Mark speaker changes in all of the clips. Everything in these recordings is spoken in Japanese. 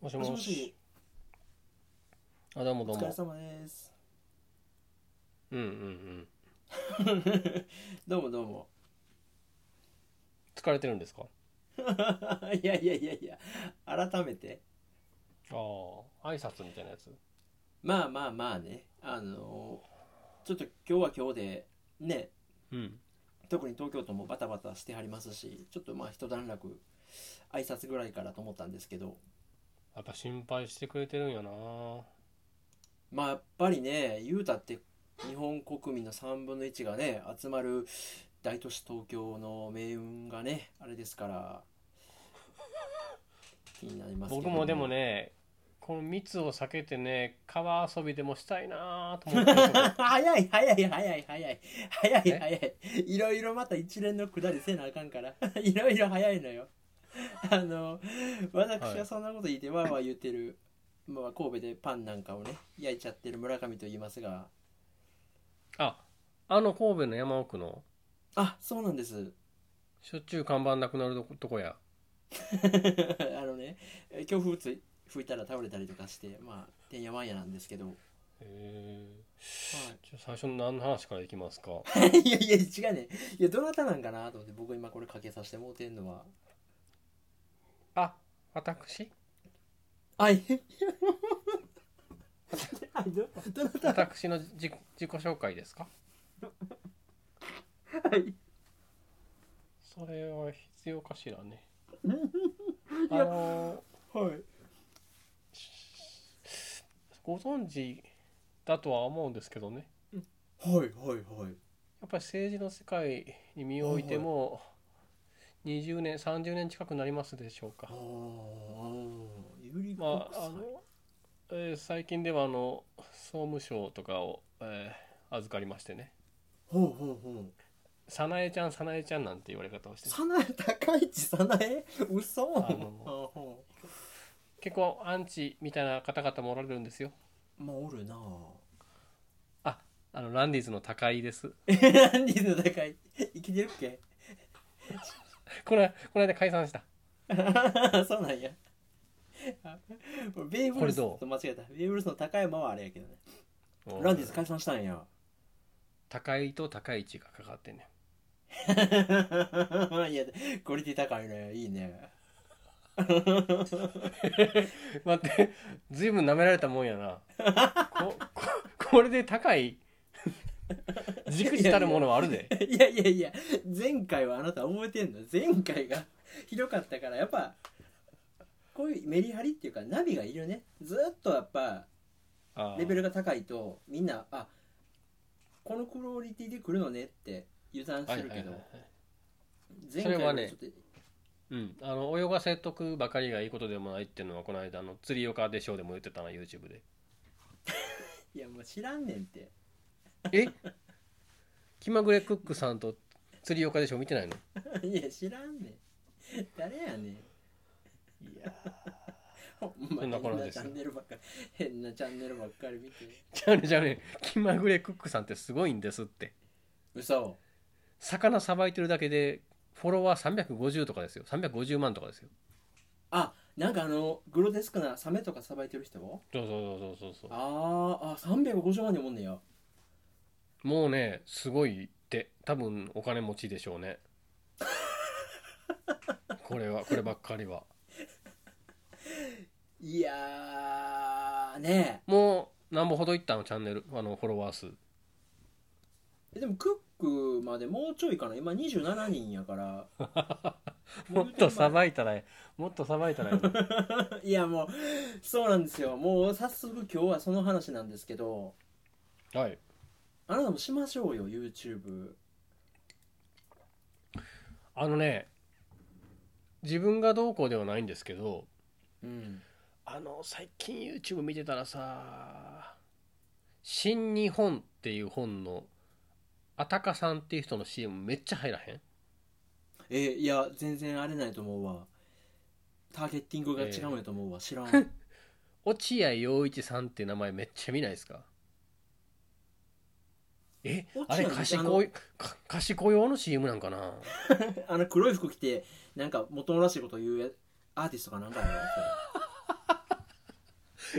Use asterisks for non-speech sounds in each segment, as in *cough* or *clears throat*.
Speaker 1: もし
Speaker 2: も
Speaker 1: も
Speaker 2: し
Speaker 1: し
Speaker 2: もし、
Speaker 1: あどうもど
Speaker 2: お
Speaker 1: う
Speaker 2: 疲れ
Speaker 1: も
Speaker 2: 様です。
Speaker 1: うんうんうん
Speaker 2: どうもどうも。 *laughs*
Speaker 1: 疲れてるんですか
Speaker 2: いやいやいやいや、改めて。
Speaker 1: ああ挨拶みたいなやつ
Speaker 2: まあまあまあね、あのーちょっと今日は今日で、ね、
Speaker 1: うん
Speaker 2: 特に東京都もバタバタしてはりますし、ちょっとまあ一段落、挨拶ぐらいからと思ったんですけど、
Speaker 1: やっぱ心配してくれてるんやな
Speaker 2: まあやっぱりね、言うたって日本国民の3分の1がね、集まる大都市東京の命運がね、あれですから、気になりますけど
Speaker 1: 僕もでもねこの密を避けてね川遊びでもしたいなと思ってるとこ
Speaker 2: 早い早い早い早い早い早いいろいろまた一連のくだりせなあかんから *laughs* いろいろ早いのよあの私はそんなこと言ってわーわー言ってる、まあ、神戸でパンなんかをね焼いちゃってる村上と言いますが
Speaker 1: *laughs* ああの神戸の山奥の
Speaker 2: あそうなんです *laughs*
Speaker 1: しょっちゅう看板なくなるとことこや
Speaker 2: あのね強風つい吹いたら倒れたりとかしてまあてんやわんやなんですけど、は
Speaker 1: へえじゃあ最初の何の話からいきますか
Speaker 2: *laughs* い、いやいや違うねいやどなたなんかなと思って僕今これかけさせてもうてんのは
Speaker 1: あ私
Speaker 2: はい。はい、ど、どなた。
Speaker 1: 私の自己自己紹介ですか
Speaker 2: はい。
Speaker 1: それは必要かしらねあのー
Speaker 2: はい。
Speaker 1: ご存知だとは思うんですけどね
Speaker 2: はい、はい、はい。
Speaker 1: やっぱり政治の世界に身を置いても20年30年近くなりますでしょう
Speaker 2: あ
Speaker 1: か
Speaker 2: あ。ゆり国
Speaker 1: まああ
Speaker 2: 際。
Speaker 1: の、えー最近ではあの総務省とかを、えー預かりましてね
Speaker 2: ほうほうほう。
Speaker 1: 「早苗ちゃん早苗ちゃん」なんて言われ方をして
Speaker 2: さなえ、高市さなえ。嘘。
Speaker 1: あの
Speaker 2: あほ
Speaker 1: 結構アンチみたいな方々もおられるんですよ
Speaker 2: う。まあ、おるな。
Speaker 1: あのランディーズの高井です *laughs*
Speaker 2: え、何人の高い。生きてるっけ。 *laughs*
Speaker 1: これこの間解散した
Speaker 2: そうなんや。あベイブルースと間違えた。ベイブルースの高山はあれやけどね。ランディーズ解散 *laughs* したんや。
Speaker 1: 高井と高市がかかってんね
Speaker 2: いや、クオリティ高いね。いいね。
Speaker 1: 待ってずいぶん舐められたもんやなこここれで高い軸したるものはあるで
Speaker 2: *laughs* いやいやいや、前回はあなた覚えてんの前回が *laughs* ひどかったから、やっぱ、こういうメリハリっていうか、ナビがいるね。ずっとやっぱ、
Speaker 1: ああ
Speaker 2: レベルが高いと、みんな、あ、このクオリティで来るのねって油断してる
Speaker 1: は
Speaker 2: けど、
Speaker 1: いはいはいはい
Speaker 2: 前
Speaker 1: それ
Speaker 2: 回
Speaker 1: は
Speaker 2: は
Speaker 1: ね
Speaker 2: ちょっと、
Speaker 1: うん、あの泳がせとくばかりがいいことでもないっていうのはこの間あの釣り岡でしょうでも言ってたな YouTube で
Speaker 2: いやもう知らんねんって。 *laughs*
Speaker 1: え気まぐれクックさんと釣り岡でしょう見てないの
Speaker 2: いや、知らんねん。誰やねん。
Speaker 1: いや
Speaker 2: ほん
Speaker 1: そ
Speaker 2: ま
Speaker 1: ん
Speaker 2: に
Speaker 1: な
Speaker 2: 変
Speaker 1: 頃
Speaker 2: な
Speaker 1: で
Speaker 2: チ
Speaker 1: す
Speaker 2: ャンネルばっかり、変なチャンネルばっかり見て。
Speaker 1: じゃあねじゃあね気まぐれクックさんってすごいんですって
Speaker 2: 嘘。
Speaker 1: 魚さばいてるだけでフォロワー350とかですよ350万とかですよ
Speaker 2: あ、なんかあの、グロテスクなサメとかさばいてる人
Speaker 1: そうそうそうそうそう
Speaker 2: あーあ350万人もんねや
Speaker 1: もうねすごいって多分お金持ちでしょう *laughs* ねこれはこればっかりはい
Speaker 2: やーね
Speaker 1: もう何歩ほどいったのチャンネルあのフォロワー数
Speaker 2: ええでもクックまでもうちょいかな今27人やから
Speaker 1: *laughs* もっとさばいたらええもっとさばいたらええの
Speaker 2: *laughs* いやもうそうなんですよもう早速今日はその話なんですけど
Speaker 1: *laughs* はい
Speaker 2: あなたもしましょうよ YouTube
Speaker 1: あのね自分がどうこうではないんですけど
Speaker 2: うん
Speaker 1: あの最近 YouTube 見てたらさ「新日本」っていう本のあたかさんっていう人の CM めっちゃ入らへん
Speaker 2: えいや全然あれないと思うわターゲッティングが違うんやと思うわ、 *laughs* 知らん
Speaker 1: 落合陽一さんって名前めっちゃ見ないですかえ
Speaker 2: 落合
Speaker 1: あれ
Speaker 2: 陽一
Speaker 1: 賢
Speaker 2: あの
Speaker 1: いか賢い用の CM なんかな
Speaker 2: あの黒い服着てなんか元のらしいこと言うやアーティストかなんかやろそれ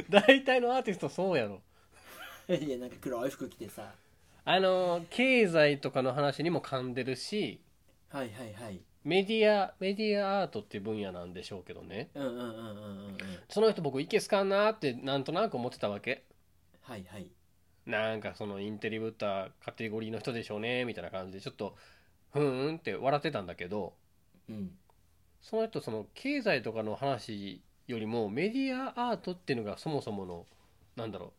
Speaker 1: *laughs* 大体のアーティストそうやろ
Speaker 2: *laughs* いやなんか黒い服着てさ
Speaker 1: あの経済とかの話にも噛んでるし
Speaker 2: はいはいはい
Speaker 1: メディアメディアアートっていう分野なんでしょうけどね
Speaker 2: うんうんうんうんうんうん
Speaker 1: その人僕いけすかんなーってなんとなく思ってたわけ
Speaker 2: はいはい
Speaker 1: なんかそのインテリブッターカテゴリーの人でしょうねみたいな感じでちょっとふーんって笑ってたんだけど
Speaker 2: うん
Speaker 1: その人その経済とかの話よりもメディアアートっていうのがそもそものなんだろ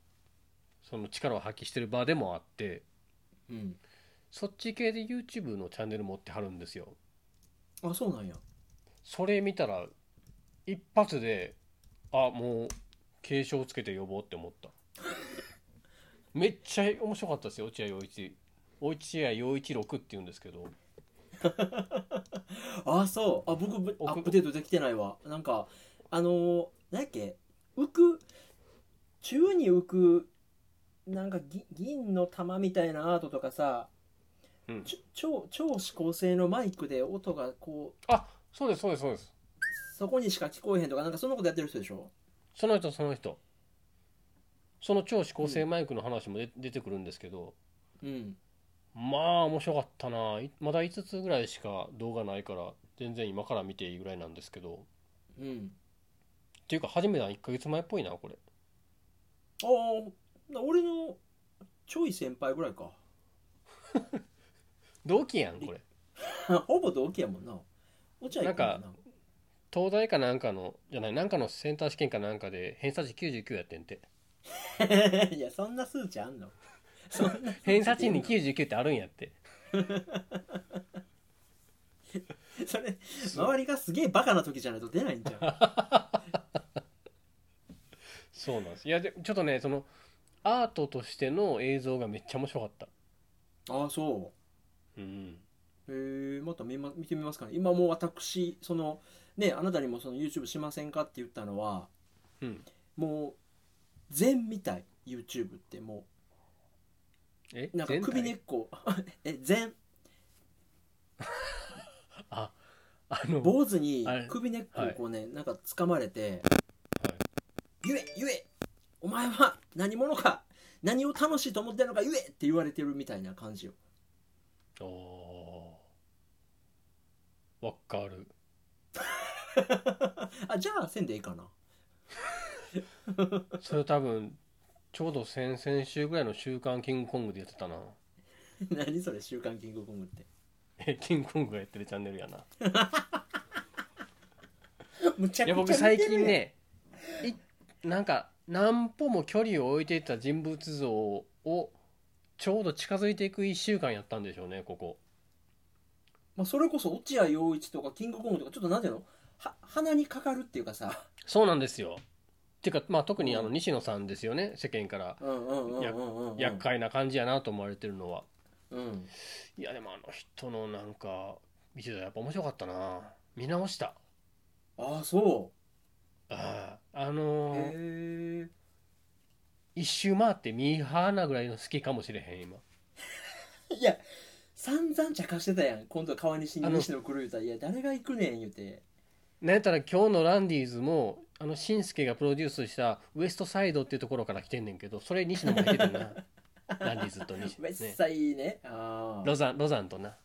Speaker 1: うその力を発揮してる場でもあって
Speaker 2: うん
Speaker 1: そっち系で YouTube のチャンネル持ってはるんですよ
Speaker 2: あそうなんや
Speaker 1: それ見たら一発であもう警鐘をつけて呼ぼうって思っためっちゃ面白かったですよ落合陽一落合陽一6っていうんですけど
Speaker 2: あそうあ僕ぶ
Speaker 1: 奥
Speaker 2: アップデートできてないわなんかあのー、何やっけ浮く宙に浮くなんかぎ銀の玉みたいなアートとかさ、
Speaker 1: うん
Speaker 2: ちょ超超指向性のマイクで音がこう
Speaker 1: あそうですそうですそうです
Speaker 2: そこにしか聞こえへんとかなんかそんなことやってる人でしょ
Speaker 1: その人その人その超指向性マイクの話もで出てくるんですけど
Speaker 2: うん
Speaker 1: まあ面白かったないまだ5つぐらいしか動画ないから全然今から見ていいぐらいなんですけど
Speaker 2: うん
Speaker 1: っていうか始めたの1ヶ月前っぽいなこれ
Speaker 2: ああ俺のちょい先輩ぐらいか
Speaker 1: 同期やんこれ
Speaker 2: *laughs* ほぼ同期やもんなお茶行くも
Speaker 1: なん東大かなんかのじゃないなんかのセンター試験かなんかで偏差値99やってんて
Speaker 2: な *laughs* いやそんな数値
Speaker 1: *laughs*
Speaker 2: あんのそんな数値
Speaker 1: 偏差値に99ってあるんやって
Speaker 2: それ周りがすげえバカな時じゃないと出ないん
Speaker 1: *laughs*
Speaker 2: じゃん
Speaker 1: そうなんですいやでちょっとねそのアートとしての映像がめっちゃ面白かった
Speaker 2: ああそ
Speaker 1: うん
Speaker 2: うへえまた見,、ま、見てみますかね今もう私そのねあなたにもその YouTube しませんかって言ったのは
Speaker 1: うん
Speaker 2: もう全みたい YouTube っても
Speaker 1: え
Speaker 2: うなんか
Speaker 1: 全体
Speaker 2: 首根っこ *laughs* え全
Speaker 1: ああの
Speaker 2: 坊主に
Speaker 1: あれ
Speaker 2: 首根っこをこうね、なんか掴まれて「ゆえゆえお前は何者か何を楽しいと思ってるのかゆえ!」って言われてるみたいな感じよ
Speaker 1: おーわかる
Speaker 2: あじゃあせんでいいかな *laughs*
Speaker 1: それ多分ちょうど先々週ぐらいの「週刊キングコング」でやってたな
Speaker 2: 何それ「週刊キングコング」って
Speaker 1: えキングコングがやってるチャンネルやな
Speaker 2: むちゃ
Speaker 1: いや僕最近ねいなんか何歩も距離を置いていた人物像をちょうど近づいていく1週間やったんでしょうねここ
Speaker 2: まあ、それこそ落合陽一とかキングコングとかちょっとなんていうのは鼻にかかるっていうかさ
Speaker 1: そうなんですよっていうか、まあ、特にあの
Speaker 2: うん
Speaker 1: 西野さんですよね世間から
Speaker 2: うんうんうんうんうん
Speaker 1: 厄介な感じやなと思われてるのは、
Speaker 2: うん
Speaker 1: いやでもあの人のなんか見てたらやっぱ面白かったな見直した
Speaker 2: ああそ
Speaker 1: あーあ
Speaker 2: う
Speaker 1: の
Speaker 2: へ
Speaker 1: ー
Speaker 2: え
Speaker 1: 一周回ってミーハーなぐらいの好きかもしれへん今
Speaker 2: いや散々茶化してたやん今度は川西
Speaker 1: あの
Speaker 2: 西野来る言うたら「いや誰が行くねん」言うて
Speaker 1: なんやったら今日のランディーズもあの紳助がプロデュースしたウエストサイドっていうところから来てんねんけどそれ西野も入っててん
Speaker 2: *laughs*
Speaker 1: なランディーズと西
Speaker 2: 「め
Speaker 1: 野
Speaker 2: っ
Speaker 1: ね
Speaker 2: さいいね」ああ
Speaker 1: ロザンロザンと
Speaker 2: *laughs*
Speaker 1: な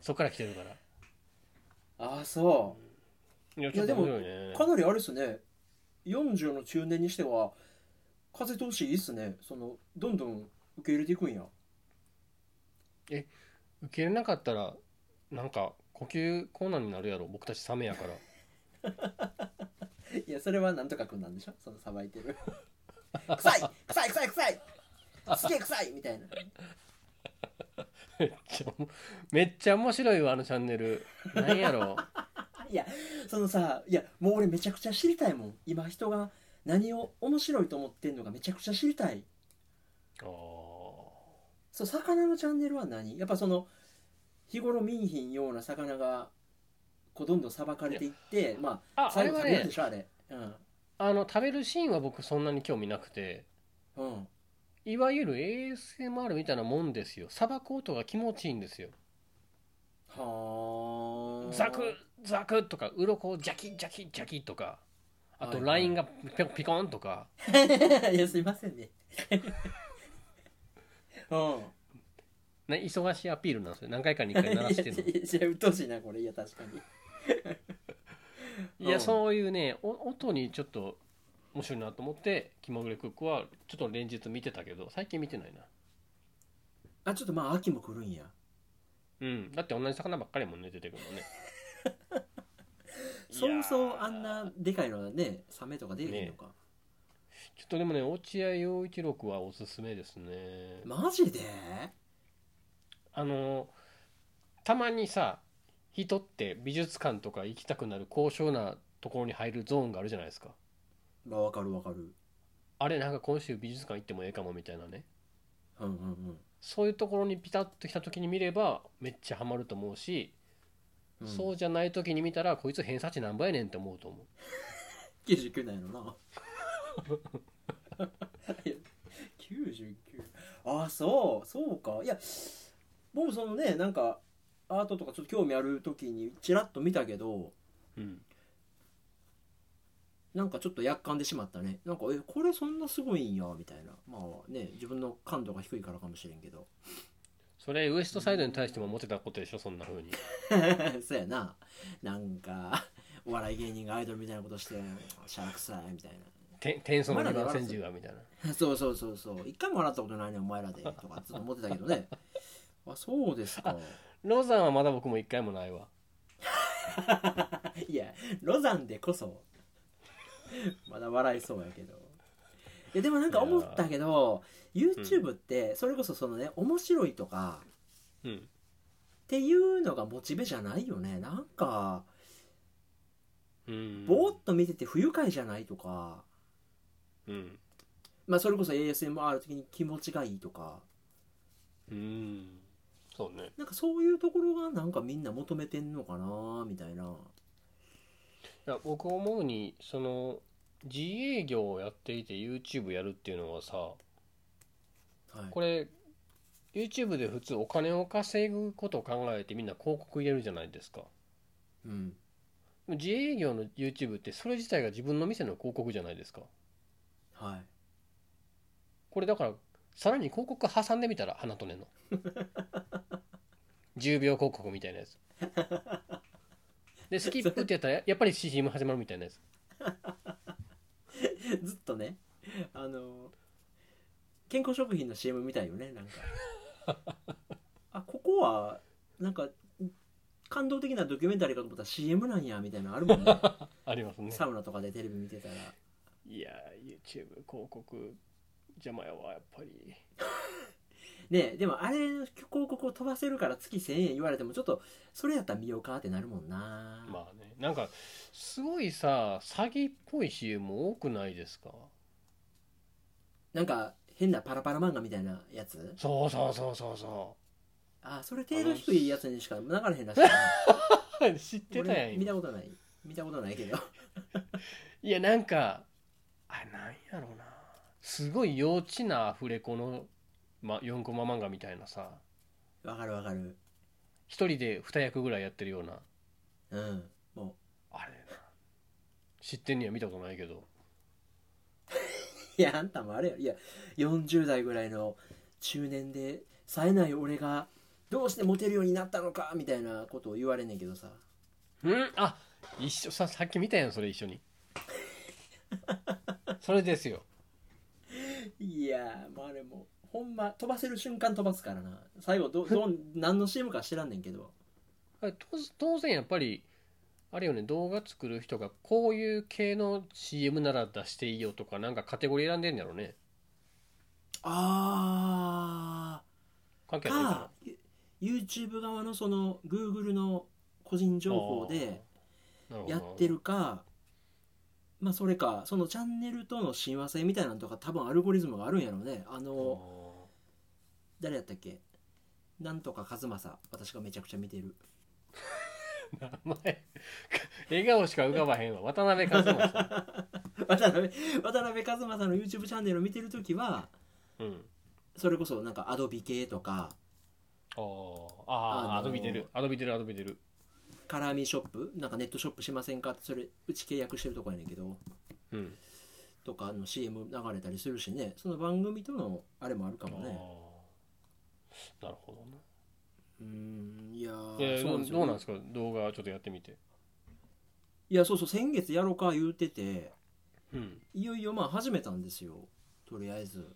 Speaker 1: そっから来てるから
Speaker 2: ああそ
Speaker 1: いや
Speaker 2: いやでも
Speaker 1: 面白いね
Speaker 2: うかなりあれっすね40の中年にしては風通しいいっすねそのどんどん受け入れていくんや
Speaker 1: 受け入れなかったらなんか呼吸困難になるやろ僕たちサメやから
Speaker 2: いやそれはなんとかくんなんでしょそのさばい *laughs* てる臭い臭い臭い臭いすげえ臭いみたいな
Speaker 1: めっちゃめっちゃ面白いわあのチャンネルなんやろ
Speaker 2: いやそのさいやもう俺めちゃくちゃ知りたいもん今人が何を面白いと思ってんのかめちゃくちゃ知りたい
Speaker 1: あ
Speaker 2: そう魚のチャンネルは何やっぱその日頃見んひんような魚がこうどんどんさばかれていってま
Speaker 1: ー
Speaker 2: あ
Speaker 1: ああ
Speaker 2: 最
Speaker 1: れ
Speaker 2: 後
Speaker 1: は
Speaker 2: 食べる
Speaker 1: ね
Speaker 2: でしょあれうん
Speaker 1: あの食べるシーンは僕そんなに興味なくて
Speaker 2: うん
Speaker 1: いわゆる ASMR みたいなもんですよ。砂漠音が気持ちいいんですよ。
Speaker 2: はあ
Speaker 1: ザクザクとか、鱗をジャキジャキジャキとか、あと
Speaker 2: はい
Speaker 1: LINE がピコピコンとか
Speaker 2: *laughs* いやすいませんねうん
Speaker 1: な忙しいアピールなんですよ何回かに1回鳴らしてるの
Speaker 2: *laughs* いやいやうっとうしいなこれいや確かに
Speaker 1: いやそういうねお音にちょっと面白いなと思って「気まぐれクック」はちょっと連日見てたけど最近見てないな
Speaker 2: あちょっとまあ秋も来るんや
Speaker 1: うんだって同じ魚ばっかりやもんね出てくるのね
Speaker 2: *laughs* そもそ
Speaker 1: いやー
Speaker 2: もあんなでかいのはねサメとか出るのか、
Speaker 1: ちょっとでもね落合陽一郎はおすすめですね
Speaker 2: マジで
Speaker 1: あのたまにさ人って美術館とか行きたくなる高尚なところに入るゾーンがあるじゃないですか
Speaker 2: まあわかるわかる
Speaker 1: あれなんか今週美術館行ってもええかもみたいなね
Speaker 2: うんうんうん
Speaker 1: そういうところにピタッと来た時に見ればめっちゃハマると思うし、
Speaker 2: うん
Speaker 1: そうじゃない時に見たらこいつ偏差値なんぼやねんって思うと思
Speaker 2: 99なんやろないや99あそうそうかいや僕もそのねなんかアートとかちょっと興味ある時にちらっと見たけど
Speaker 1: う、うん、
Speaker 2: なんかちょっと厄介でしまったねなんかえこれそんなすごいんやみたいなまあね自分の感度が低いからかもしれんけど *laughs*
Speaker 1: それウエストサイドに対しても思ってたことでしょそんな風に
Speaker 2: そうやななんかお笑い芸人がアイドルみたいなことしてしゃらくさいみたいな
Speaker 1: て天素の二番煎じがみたいな
Speaker 2: *laughs* そうそうそうそう一回も洗ったことないねお前らでとかずっと思ってたけどね *laughs* あそうですか
Speaker 1: ロザンはまだ僕も一回もないわ
Speaker 2: いやロザンでこそまだ笑いそうやけどいやでもなんか思ったけど YouTube ってそれこそそのね面白いとか
Speaker 1: うん
Speaker 2: っていうのがモチベじゃないよねなんか
Speaker 1: うん
Speaker 2: ぼーっと見てて不愉快じゃないとか
Speaker 1: うん
Speaker 2: まあそれこそ ASMR 的に気持ちがいいとか
Speaker 1: うんそうね
Speaker 2: なんかそういうところがなんかみんな求めてんのかなみたいない
Speaker 1: や僕思うにその自営業をやっていて YouTube やるっていうのはさ
Speaker 2: はい
Speaker 1: これ YouTube で普通お金を稼ぐことを考えてみんな広告入れるじゃないですか
Speaker 2: うん
Speaker 1: でも自営業の YouTube ってそれ自体が自分の店の広告じゃないですか
Speaker 2: はい
Speaker 1: これだからさらに広告挟んでみたら花とね *laughs* の10秒広告みたいなやつでスキップってやったらやっぱり CM 始まるみたいなやつ
Speaker 2: *laughs* ずっとねあの健康食品の CM みたいよねなんか
Speaker 1: *laughs*
Speaker 2: あここはなんか感動的なドキュメンタリーかと思ったら CM なんやみたいなのあるもんね
Speaker 1: ありますね
Speaker 2: サウナとかでテレビ見てたら
Speaker 1: いやー YouTube 広告邪魔やわやっぱり
Speaker 2: ねえでもあれの広告を飛ばせるから月1000円言われてもちょっとそれやったら見ようかってなるもんな、
Speaker 1: まあねなんかすごいさ詐欺っぽい CM 多くないですか
Speaker 2: なんか変なパラパラ漫画みたいなやつ
Speaker 1: そうそうそうそうそ
Speaker 2: あそれ程度低いやつにしか流れへんらしい
Speaker 1: う *laughs* 知ってたや
Speaker 2: 俺
Speaker 1: ん
Speaker 2: 見た
Speaker 1: 今
Speaker 2: ことない見たことないけど
Speaker 1: いやなんかあれなんやろうなすごい幼稚なアフレコの、ま、4コマ漫画みたいなさ
Speaker 2: わかるわかる
Speaker 1: 一人で2役ぐらいやってるような
Speaker 2: うんもう
Speaker 1: あれな知ってんには見たことないけど
Speaker 2: *laughs* いやあんたもあれよいや40代ぐらいの中年で冴えない俺がどうしてモテるようになったのかみたいなことを言われんねんけどさ
Speaker 1: うんあ一緒ささっき見たやんそれ一緒
Speaker 2: *laughs*
Speaker 1: にそれですよ
Speaker 2: いやーもうあれもうほんま飛ばせる瞬間飛ばすからな最後どどん何の CM か知らんねんけど
Speaker 1: あれ当当然やっぱりあれよね動画作る人がこういう系の CM なら出していいよとかなんかカテゴリー選んでんやろね
Speaker 2: あ
Speaker 1: 関
Speaker 2: ー
Speaker 1: 係ないか
Speaker 2: か YouTube 側のその Google の個人情報で
Speaker 1: ななほど
Speaker 2: やってるかまあそれかそのチャンネルとの親和性みたいなのとか多分アルゴリズムがあるんやろねあ
Speaker 1: あー
Speaker 2: の誰やったっけなんとか和正私がめちゃくちゃ見てる *laughs*
Speaker 1: 名前笑顔しか浮かばへんわ渡辺和馬さ
Speaker 2: 渡辺渡辺和正の YouTube チャンネルを見てるときは
Speaker 1: ん、うん、
Speaker 2: それこそなんかアドビ系とか
Speaker 1: あーあー
Speaker 2: あのー
Speaker 1: アドビ出るアドビ出るアドビ出る
Speaker 2: カラーミーショップなんかネットショップしませんかってそれうち契約してるとこやねんけど
Speaker 1: うん
Speaker 2: とかの CM 流れたりするしねその番組とのあれもあるかもね
Speaker 1: あーなるほどね
Speaker 2: うーんいやー
Speaker 1: えー
Speaker 2: そう
Speaker 1: ど
Speaker 2: なん
Speaker 1: う
Speaker 2: です
Speaker 1: どう
Speaker 2: よ
Speaker 1: なんですか動画ちょっとやってみて
Speaker 2: いやそうそう先月やろうか言うてて
Speaker 1: うん
Speaker 2: いよいよまあ始めたんですよとりあえず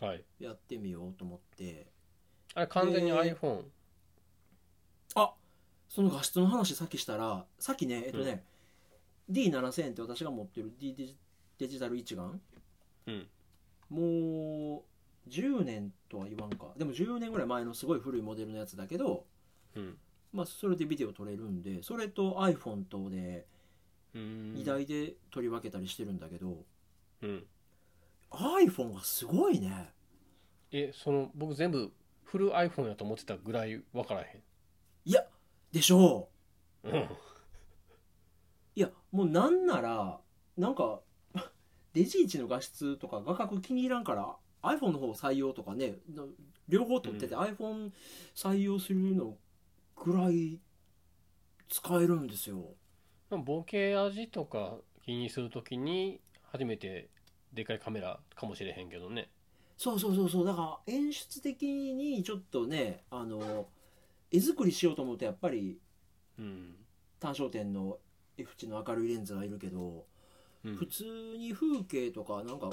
Speaker 1: はい
Speaker 2: やってみようと思って
Speaker 1: あれ完全に
Speaker 2: えー
Speaker 1: iPhone、
Speaker 2: あその画質の話さっきしたらさっきねえっとね、D7000 って私が持ってる D デジデジタル一眼
Speaker 1: うん
Speaker 2: もう10年とは言わんかでも10年ぐらい前のすごい古いモデルのやつだけど、
Speaker 1: うん
Speaker 2: まあ、それでビデオ撮れるんでそれと iPhone とで
Speaker 1: うーん
Speaker 2: 2台で撮り分けたりしてるんだけど、
Speaker 1: うん、
Speaker 2: iPhone がすごいね
Speaker 1: えその僕全部フル iPhone やと思ってたぐらい分からへ、
Speaker 2: いやでしょうん
Speaker 1: うん、
Speaker 2: いやもうなんならなんか *laughs* デジイチの画質とか画角気に入らんから iPhone の方採用とかねの両方取ってて、
Speaker 1: う
Speaker 2: iPhone 採用するのぐらい使えるんですよ
Speaker 1: まあボケ味とか気にするときに初めてでかいカメラかもしれへんけどね
Speaker 2: そうそうそうそうだから演出的にちょっとねあの絵作りしようと思うとやっぱり
Speaker 1: うん、
Speaker 2: 単焦点の F 値の明るいレンズがいるけど、
Speaker 1: うん
Speaker 2: 普通に風景とかなんか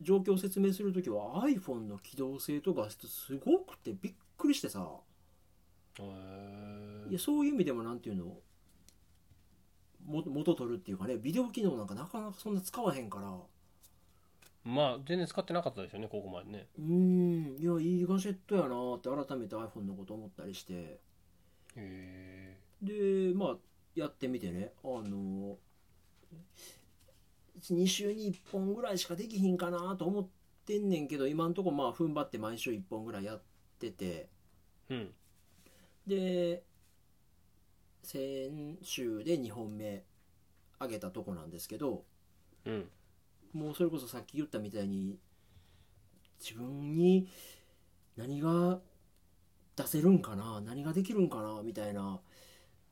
Speaker 2: 状況を説明する時は iPhone の機動性と画質すごくてびっくりしてさ
Speaker 1: へー
Speaker 2: いやそういう意味でもなんていうのも元取るっていうかねビデオ機能なんかなかなかそんな使わへんから
Speaker 1: まあ全然使ってなかったですよねここまでね
Speaker 2: うーんいやいいガジェットやなーって改めて iPhone のこと思ったりして
Speaker 1: へ
Speaker 2: でまあやってみてねあの2週に1本ぐらいしかできひんかなと思ってんねんけど今んとこまあ踏ん張って毎週1本ぐらいやってて
Speaker 1: えうん
Speaker 2: で先週で2本目上げたとこなんですけど
Speaker 1: うん
Speaker 2: もうそれこそさっき言ったみたいに自分に何が出せるんかな何ができるんかなみたいな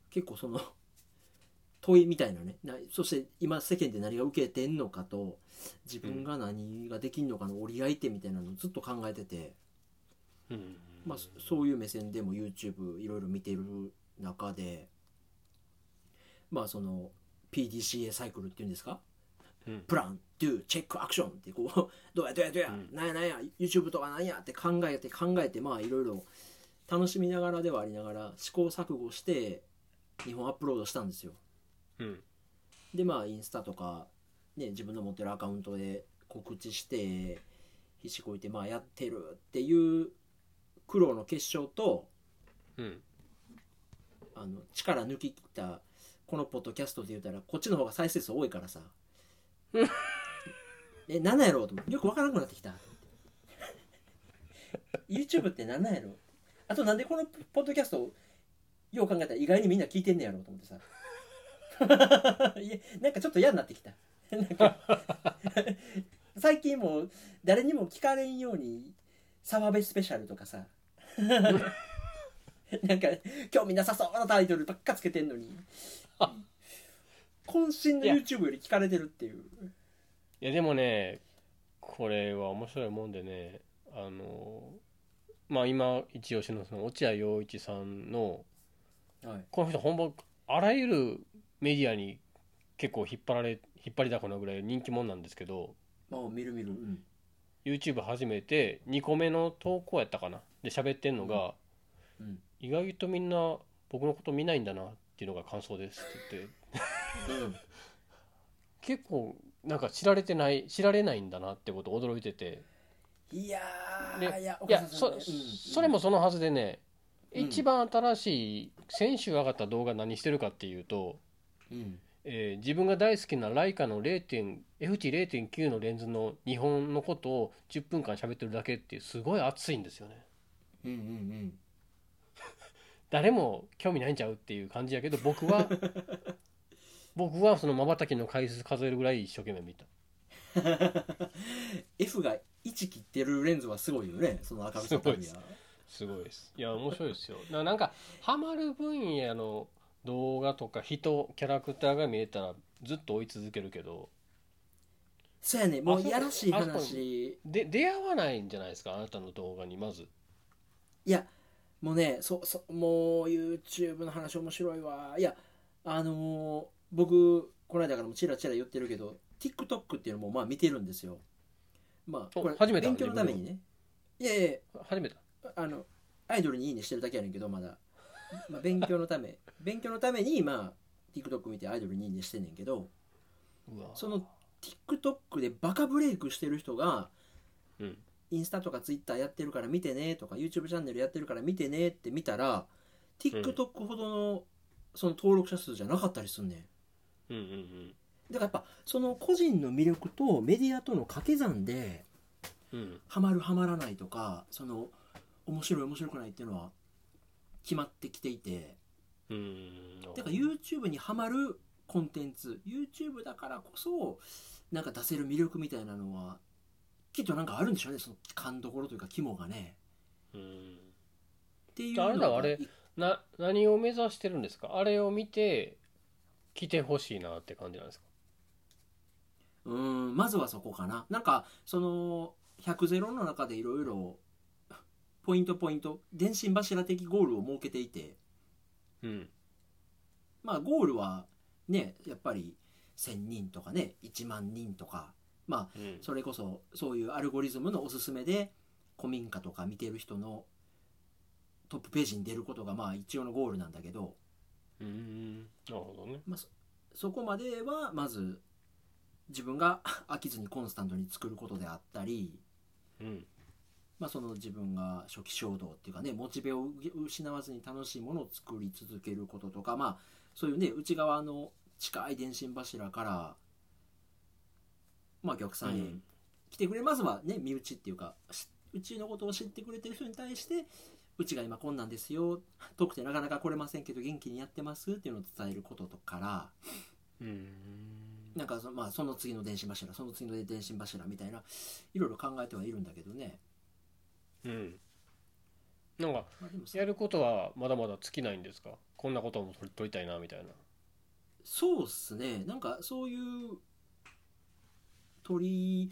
Speaker 2: 結構その *laughs* 問いみたいなねなそして今世間で何が受けてんのかと自分が何ができんのかの折り合い点みたいなのをずっと考えてて、
Speaker 1: うん
Speaker 2: まあ、そそういう目線でも YouTube いろいろ見てる中でまあその PDCA サイクルっていうんですか
Speaker 1: うん
Speaker 2: プラン、ドゥ、チェック、アクションってこう、 *laughs* どうやどうやどうや、
Speaker 1: うん
Speaker 2: なんやなんや、YouTube とかなんやって考えて考えて、まあいろいろ楽しみながらではありながら試行錯誤して日本アップロードしたんですよ。
Speaker 1: うん
Speaker 2: でまあインスタとか、ね、自分の持ってるアカウントで告知してひしこいてまあやってるっていう苦労の結晶と
Speaker 1: うん
Speaker 2: あの力抜き切ったこのポッドキャストで言うたらこっちの方が再生数多いからさ
Speaker 1: うん
Speaker 2: え何なんやろうと思ってよくわからなくなってきた YouTube って何なんやろうあとなんでこのポッドキャストをよう考えたら意外にみんな聞いてんねやろうと思ってさ *laughs* いやなんかちょっと嫌になってきたなんか最近もう誰にも聞かれんように澤部スペシャルとかさなんか興味なさそうなタイトルばっかつけて
Speaker 1: *laughs*
Speaker 2: んのに渾身の
Speaker 1: いや
Speaker 2: YouTube より聞かれてるっていう
Speaker 1: いやでもねこれは面白いもんでねあのまあ今一押しのその落合陽一さんの
Speaker 2: はい
Speaker 1: この人ほんまあらゆるメディアに結構引っ張られ引っ張りだこなぐらい人気者なんですけど
Speaker 2: まあ見る見るうん
Speaker 1: YouTube 始めて2個目の投稿やったかなで喋ってんのが、
Speaker 2: うんうん
Speaker 1: 意外とみんな僕のこと見ないんだなっていうのが感想ですって言って結構なんか知られてない知られないんだなってこと驚いてて
Speaker 2: いやー
Speaker 1: で
Speaker 2: いやお
Speaker 1: いや
Speaker 2: 母さん
Speaker 1: そ,、
Speaker 2: ねうん
Speaker 1: それもそのはずでね、
Speaker 2: うん
Speaker 1: 一番新しい先週上がった動画何してるかっていうと、
Speaker 2: うん
Speaker 1: えー自分が大好きなライカの 0.F 値0.9のレンズの日本のことを10分間喋ってるだけってすごい熱いんですよね。
Speaker 2: うんうんうん
Speaker 1: 誰も興味ないんちゃうっていう感じやけど僕 *laughs* は僕はそのまばたきの回数数えるぐらい一生懸命見た
Speaker 2: *laughs* F が1切ってるレンズはすごいよねその明るさたるや
Speaker 1: すごいですいや面白いですよななんかハマる分野の動画とか人キャラクターが見えたらずっと追い続けるけど
Speaker 2: そうやねも
Speaker 1: あ
Speaker 2: う
Speaker 1: そう
Speaker 2: いやらしい
Speaker 1: あそう
Speaker 2: 話
Speaker 1: で出会わないんじゃないですかあなたの動画にまず
Speaker 2: いやもうねそそもう YouTube の話面白いわいやあのー僕この間からもちらちら言ってるけど TikTok っていうのもまあ見てるんですよまあ
Speaker 1: お
Speaker 2: これ
Speaker 1: 初めて
Speaker 2: 勉強のためにねいやいやい
Speaker 1: 初めて
Speaker 2: やあのアイドルにいいねしてるだけやねんけどまだ、まあ、勉強のため勉強のためにまあ TikTok 見てアイドルにいいねしてんねんけど
Speaker 1: うわ
Speaker 2: その TikTok でバカブレイクしてる人が
Speaker 1: うん
Speaker 2: インスタとかツイッターやってるから見てねとか YouTube チャンネルやってるから見てねって見たら TikTok ほどのその登録者数じゃなかったりすんねん
Speaker 1: うんうんうん
Speaker 2: だからやっぱその個人の魅力とメディアとの掛け算で
Speaker 1: うん
Speaker 2: ハマるハマらないとかその面白い面白くないっていうのは決まってきていて
Speaker 1: うん
Speaker 2: だから YouTube にハマるコンテンツ YouTube だからこそなんか出せる魅力みたいなのはきっとなんかあるんでしょうねその勘どころというか肝がね
Speaker 1: うん
Speaker 2: っていう
Speaker 1: あれだ
Speaker 2: のが
Speaker 1: あれ
Speaker 2: い
Speaker 1: な何を目指してるんですかあれを見て来てほしいなって感じなんですか
Speaker 2: うーんまずはそこかななんかその100ゼロの中でいろいろポイントポイント電信柱的ゴールを設けていて
Speaker 1: うん
Speaker 2: まあゴールはねやっぱり1000人とかね1万人とかま
Speaker 1: う
Speaker 2: あ
Speaker 1: ん
Speaker 2: それこそそういうアルゴリズムのおすすめで古民家とか見てる人のトップページに出ることがまあ一応のゴールなんだけど、
Speaker 1: うんなるほどね
Speaker 2: まあ、そそこまではまず自分が飽きずにコンスタントに作ることであったり、
Speaker 1: うん
Speaker 2: まあ、その自分が初期衝動っていうかねモチベを失わずに楽しいものを作り続けることとかまあそういうね内側の近い電信柱からまあ逆
Speaker 1: う
Speaker 2: 算へ、
Speaker 1: ん
Speaker 2: 来てくれますはね身内っていうかしうちのことを知ってくれてる人に対してうちが今こんなんですよ遠くてなかなか来れませんけど元気にやってますっていうのを伝えることとから
Speaker 1: うん
Speaker 2: なんかそ,、まあ、その次の電信柱その次の電信柱みたいないろいろ考えてはいるんだけどね、
Speaker 1: うんなんか
Speaker 2: まあ、でもそ
Speaker 1: やることはまだまだ尽きないんですかこんなことも撮り撮りたいなみたいな
Speaker 2: そうっすねなんかそういう鳥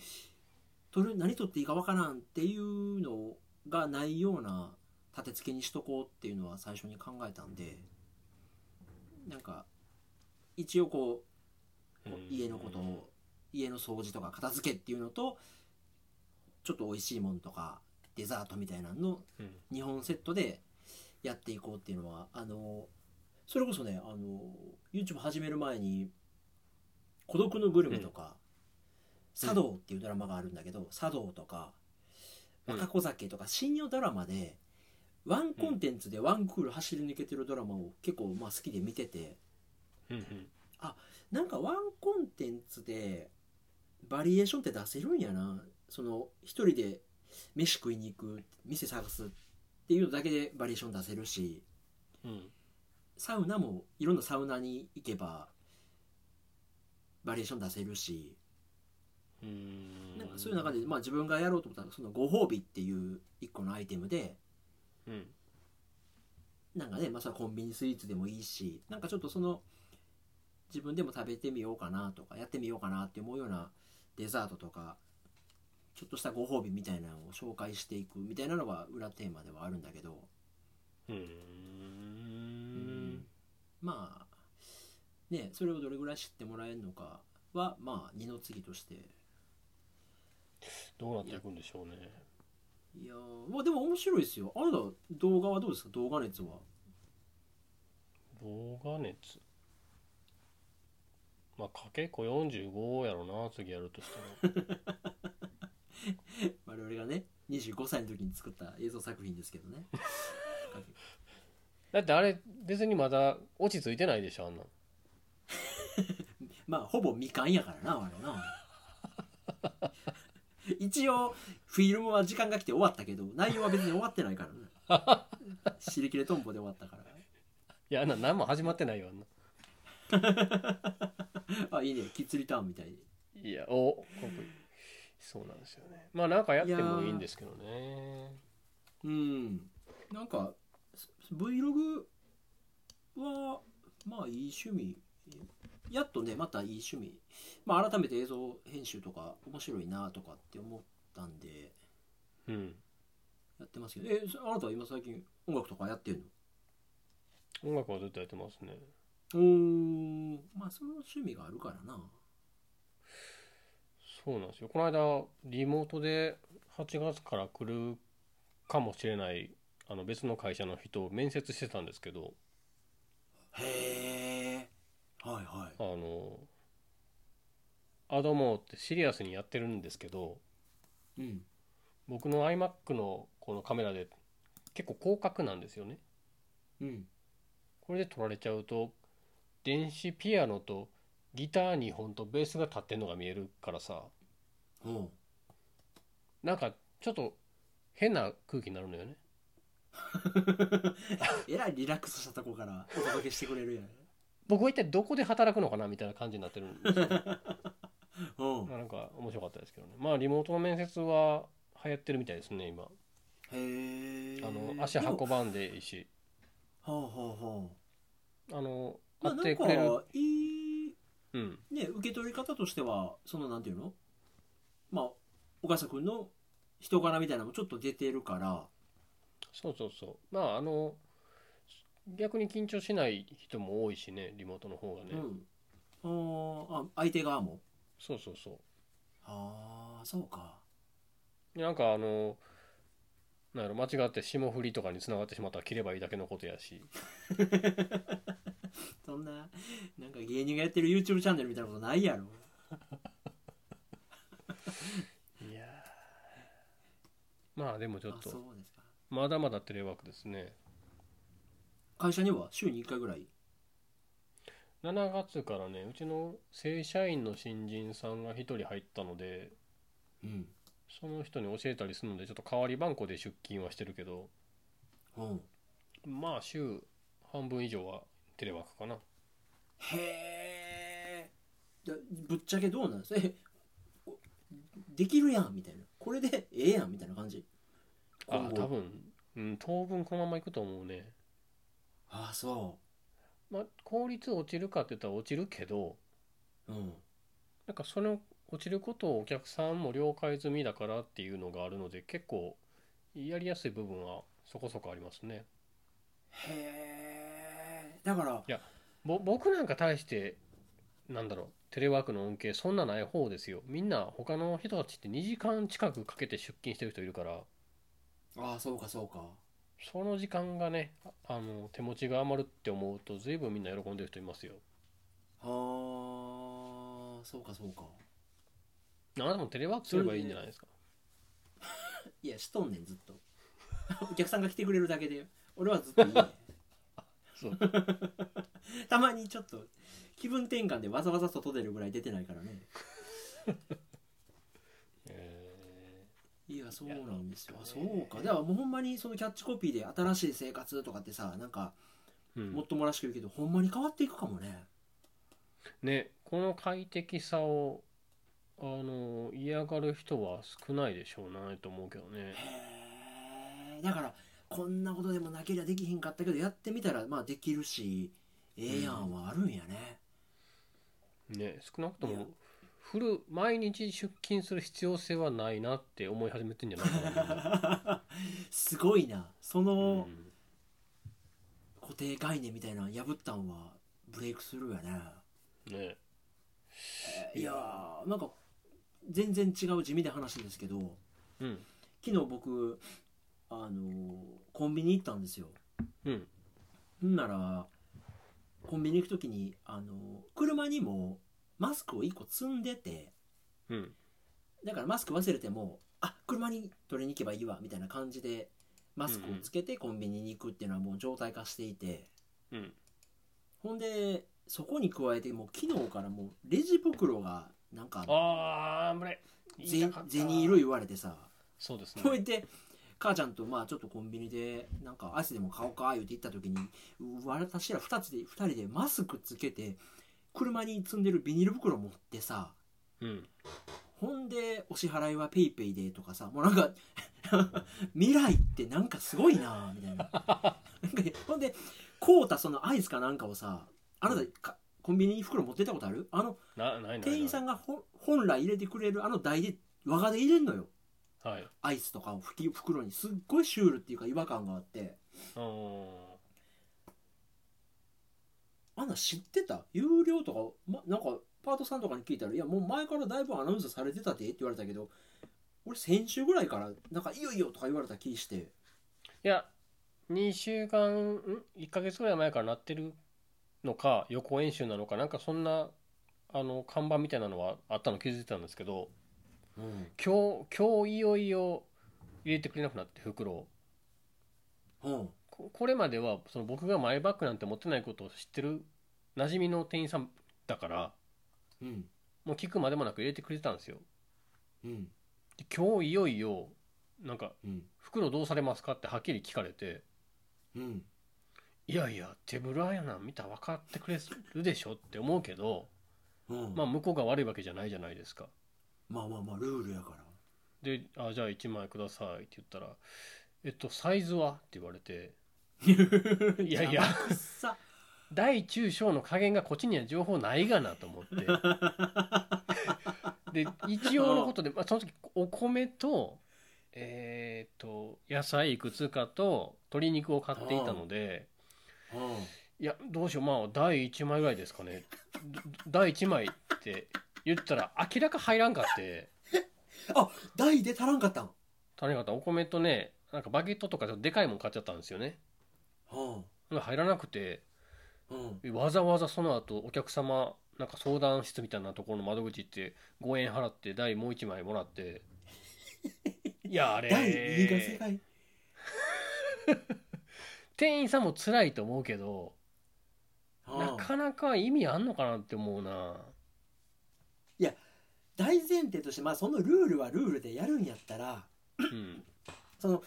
Speaker 2: 鳥何取っていいかわからんっていうのがないような立て付けにしとこうっていうのは最初に考えたんでなんか一応こう
Speaker 1: うん
Speaker 2: 家のことを家の掃除とか片付けっていうのとちょっと美味しいもんとかデザートみたいなのの
Speaker 1: うん
Speaker 2: 2本セットでやっていこうっていうのはあのそれこそねあの YouTube 始める前に「孤独のグルメ」とか「茶道」っていうドラマがあるんだけど「茶道」とか「
Speaker 1: うん
Speaker 2: 若子酒」とか深夜ドラマでワンコンテンツでワンクール走り抜けてるドラマを結構まあ好きで見てて
Speaker 1: うんうん
Speaker 2: なんかワンコンテンツでバリエーションって出せるんやなその一人で飯食いに行く店探すっていうのだけでバリエーション出せるし
Speaker 1: うん
Speaker 2: サウナもいろんなサウナに行けばバリエーション出せるし
Speaker 1: うん
Speaker 2: なんかそういう中で、まあ、自分がやろうと思ったらそのご褒美っていう一個のアイテムで
Speaker 1: うん
Speaker 2: なんかね、まあ、それはコンビニスイーツでもいいしなんかちょっとその自分でも食べてみようかなとかやってみようかなって思うようなデザートとかちょっとしたご褒美みたいなのを紹介していくみたいなのが裏テーマではあるんだけど
Speaker 1: う
Speaker 2: うんまあねそれをどれぐらい知ってもらえるのかはまあ二の次として
Speaker 1: どうなっていくんでしょうね
Speaker 2: いやーまあでも面白いですよあなた動画はどうですか動画熱は
Speaker 1: 動画熱まあかけっこ45やろな次やるとした
Speaker 2: *laughs*
Speaker 1: ら
Speaker 2: 我々がね25歳の時に作った映像作品ですけどね *laughs*
Speaker 1: だってあれ別にまだ落ち着いてないでしょあんなん
Speaker 2: まあほぼ未完やからなあれな *laughs* 一応フィルムは時間が来て終わったけど内容は別に終わってないからね *laughs* 尻切れトンボで終わったか
Speaker 1: いやあんなん何も始まってないよあんな
Speaker 2: らあいいねキッズリターンみたいに
Speaker 1: いやおここそうなんですよねまあなんかやってもいいんですけどね
Speaker 2: うんなんか Vlog はまあいい趣味やっとねまたいい趣味、まあ、改めて映像編集とか面白いなとかって思ったんで
Speaker 1: うん
Speaker 2: やってますけどえそあなたは今最近音楽とかやってる
Speaker 1: 音楽はずっとやってますね
Speaker 2: のうんまあその趣味があるからな
Speaker 1: そうなんですよこの間リモートで8月から来るかもしれないあの別の会社の人を面接してたんですけど
Speaker 2: へえはいはい
Speaker 1: あの「あどうも」ってシリアスにやってるんですけど
Speaker 2: うん
Speaker 1: 僕の iMac のこのカメラで結構広角なんですよね
Speaker 2: うん
Speaker 1: これで撮られちゃうと電子ピアノとギター2本とベースが立ってるのが見えるからさ
Speaker 2: ほ
Speaker 1: なんかちょっと変な空気になるのよね
Speaker 2: う *laughs* えらいリラックスしたとこからお届けしてくれるやん
Speaker 1: 僕は一体どこで働くのかなみたいな感じになってるんです
Speaker 2: *laughs*
Speaker 1: よ
Speaker 2: うん
Speaker 1: まあなんか面白かったですけどねまあリモートの面接は流行ってるみたいですね今
Speaker 2: へえ
Speaker 1: あの足運ばんでいいし
Speaker 2: ほうほうほ
Speaker 1: あの
Speaker 2: う
Speaker 1: 会っ
Speaker 2: まあなん
Speaker 1: て
Speaker 2: か
Speaker 1: くれる
Speaker 2: いい
Speaker 1: うん
Speaker 2: ね、受け取り方としてはそのなんていうのまあ岡下君の人柄みたいなのもちょっと出てるから
Speaker 1: そうそうそうまああの逆に緊張しない人も多いしねリモートの方がね、
Speaker 2: うんあーあ相手側も
Speaker 1: そうそうそう
Speaker 2: ああそうか
Speaker 1: でなんかあのなんやろ間違って霜降りとかに繋がってしまったら切ればいいだけのことやし
Speaker 2: そんななんか芸人がやってる YouTube チャンネルみたいなことないやろ
Speaker 1: いやまあでもちょ
Speaker 2: あ
Speaker 1: っ
Speaker 2: そ
Speaker 1: と
Speaker 2: うですか
Speaker 1: まだまだテレワークですね
Speaker 2: 会社には週に1回ぐらい
Speaker 1: 7月からねうちの正社員の新人さんが1人入ったので
Speaker 2: うん
Speaker 1: その人に教えたりするのでちょっと代わり番号で出勤はしてるけど
Speaker 2: うん
Speaker 1: まあ週半分以上はテレワークかな
Speaker 2: へえぶっちゃけどうなんです *laughs* えおできるやんみたいなこれでええやんみたいな感じ
Speaker 1: あ
Speaker 2: 今後
Speaker 1: 多分、うん、当分このままいくと思うね
Speaker 2: ああそ
Speaker 1: まあ効率落ちるかって言ったら落ちるけど
Speaker 2: ううん
Speaker 1: なんかその落ちることをお客さんも了解済みだからっていうのがあるので結構やりやすい部分はそこそこありますね
Speaker 2: へえだから
Speaker 1: ぼ僕なんか対してなんだろうテレワークの恩恵そんなない方ですよみんな他の人たちって2時間近くかけて出勤してる人いるから
Speaker 2: ああそうかそうか
Speaker 1: その時間がねああの手持ちが余るって思うと随分みんな喜んでる人いますよ
Speaker 2: はあそうかそうか
Speaker 1: あなたもテレワークすればいいんじゃないですか
Speaker 2: いやしとんねんずっと *laughs* お客さんが来てくれるだけで俺はずっといいね
Speaker 1: *laughs* そう
Speaker 2: *laughs* たまにちょっと気分転換でわざわざ外出るぐらい出てないからね
Speaker 1: え
Speaker 2: いやそうなんですよ
Speaker 1: いや
Speaker 2: あそうかだからもうほんまにそのキャッチコピーで「新しい生活」とかってさなんか
Speaker 1: ーう
Speaker 2: も
Speaker 1: ん
Speaker 2: っ、ともらしく言うけどほんまに変わっていくかもね
Speaker 1: ねこの快適さをあの嫌がる人は少ないでしょうないと思うけどね
Speaker 2: へえだからこんなことでもなけりゃできひんかったけどやってみたらまあできるしええやんはあるんやね、
Speaker 1: ね少なくと
Speaker 2: いや
Speaker 1: もフル毎日出勤する必要性はないなって思い始めてんじゃないかなみん
Speaker 2: *laughs*
Speaker 1: な
Speaker 2: すごいなそうの
Speaker 1: ん
Speaker 2: 固定概念みたいなの破ったんはブレイクスルーやね
Speaker 1: ね
Speaker 2: いやーなんか全然違う地味な話ですけど
Speaker 1: うん
Speaker 2: 昨日僕あのーコンビニ行ったんですよ
Speaker 1: うん
Speaker 2: ほんならコンビニ行く時に、あのー車にもマスクを1個積んでて
Speaker 1: うん
Speaker 2: だからマスク忘れてもあ車に取りに行けばいいわみたいな感じでマスクをつけてコンビニに行くっていうのはもう常態化していて
Speaker 1: うん
Speaker 2: ほんでそこに加えてもう昨日からもうレジ袋がなんか
Speaker 1: あーぶれ言い
Speaker 2: ぜ
Speaker 1: たかった
Speaker 2: 銭色言われてさ
Speaker 1: そうです
Speaker 2: こう
Speaker 1: ね
Speaker 2: やって母ちゃんとまあちょっとコンビニでなんかアイスでも買おうか言って行った時にう私ら2つで2人でマスクつけて車に積んでるビニール袋持ってさ
Speaker 1: うん
Speaker 2: ほんでお支払いはペイペイでとかさもうなんか *laughs* 未来ってなんかすごいなみたいななんかほんで買うたそのアイスかなんかをさあなたかコンビニに袋持ってったことあるあの
Speaker 1: なないない
Speaker 2: 店員さ
Speaker 1: ん
Speaker 2: んがほ本来入れてくれるあの台で和がで入れんのよ
Speaker 1: はい
Speaker 2: アイスとかを吹き袋にすっごいシュールっていうか違和感があって
Speaker 1: うーん
Speaker 2: あんな知ってた有料とか、ま、なんかパートさんとかに聞いたら「いやもう前からだいぶアナウンスされてたで」って言われたけど俺先週ぐらいからなんか「いいよいいよ」とか言われた気して
Speaker 1: いや2週間ん1ヶ月ぐらい前からなってるのか予行演習なのかなんかそんなあの看板みたいなのはあったの気づいてたんですけど
Speaker 2: うん
Speaker 1: 今日今日いよいよ入れてくれなくなって袋を
Speaker 2: うん
Speaker 1: ここれまではその僕がマイバッグなんて持ってないことを知ってる馴染みの店員さんだから
Speaker 2: うん
Speaker 1: もう聞くまでもなく入れてくれてたんですよ
Speaker 2: うん
Speaker 1: で今日いよいよなんか
Speaker 2: うん
Speaker 1: 袋どうされますかってはっきり聞かれて
Speaker 2: うん
Speaker 1: いやいや手ぶらやな見たら分かってくれるでしょって思うけど
Speaker 2: うん
Speaker 1: まあ向こうが悪いわけじゃないじゃないですか
Speaker 2: まあまあまあルールやから
Speaker 1: であじゃあ1枚くださいって言ったらえっとサイズはって言われて
Speaker 2: *laughs*
Speaker 1: いやいや
Speaker 2: 邪魔くっさ
Speaker 1: 大中小の加減がこっちには情報ないがなと思ってで一応のことで、まあ、その時お米とえーっと野菜いくつかと鶏肉を買っていたので
Speaker 2: うん
Speaker 1: いやどうしようまあ第1枚ぐらいですかねど第1枚って言ったら明らか入らんかって
Speaker 2: 台で足らんかったん
Speaker 1: 谷方お米とねなんかバゲットとかちょっとでかいもん買っちゃったんですよね
Speaker 2: うん
Speaker 1: 入らなくて
Speaker 2: うん
Speaker 1: わざわざその後お客様なんか相談室みたいなところの窓口行って5円払って台もう1枚もらっていやあ
Speaker 2: 台いいが世
Speaker 1: れ
Speaker 2: 界
Speaker 1: 店員さんも辛いと思うけどな
Speaker 2: うん
Speaker 1: かなか意味あんのかなって思うな
Speaker 2: 大前提としてまあそのルールはルールでやるんやったら
Speaker 1: うん
Speaker 2: その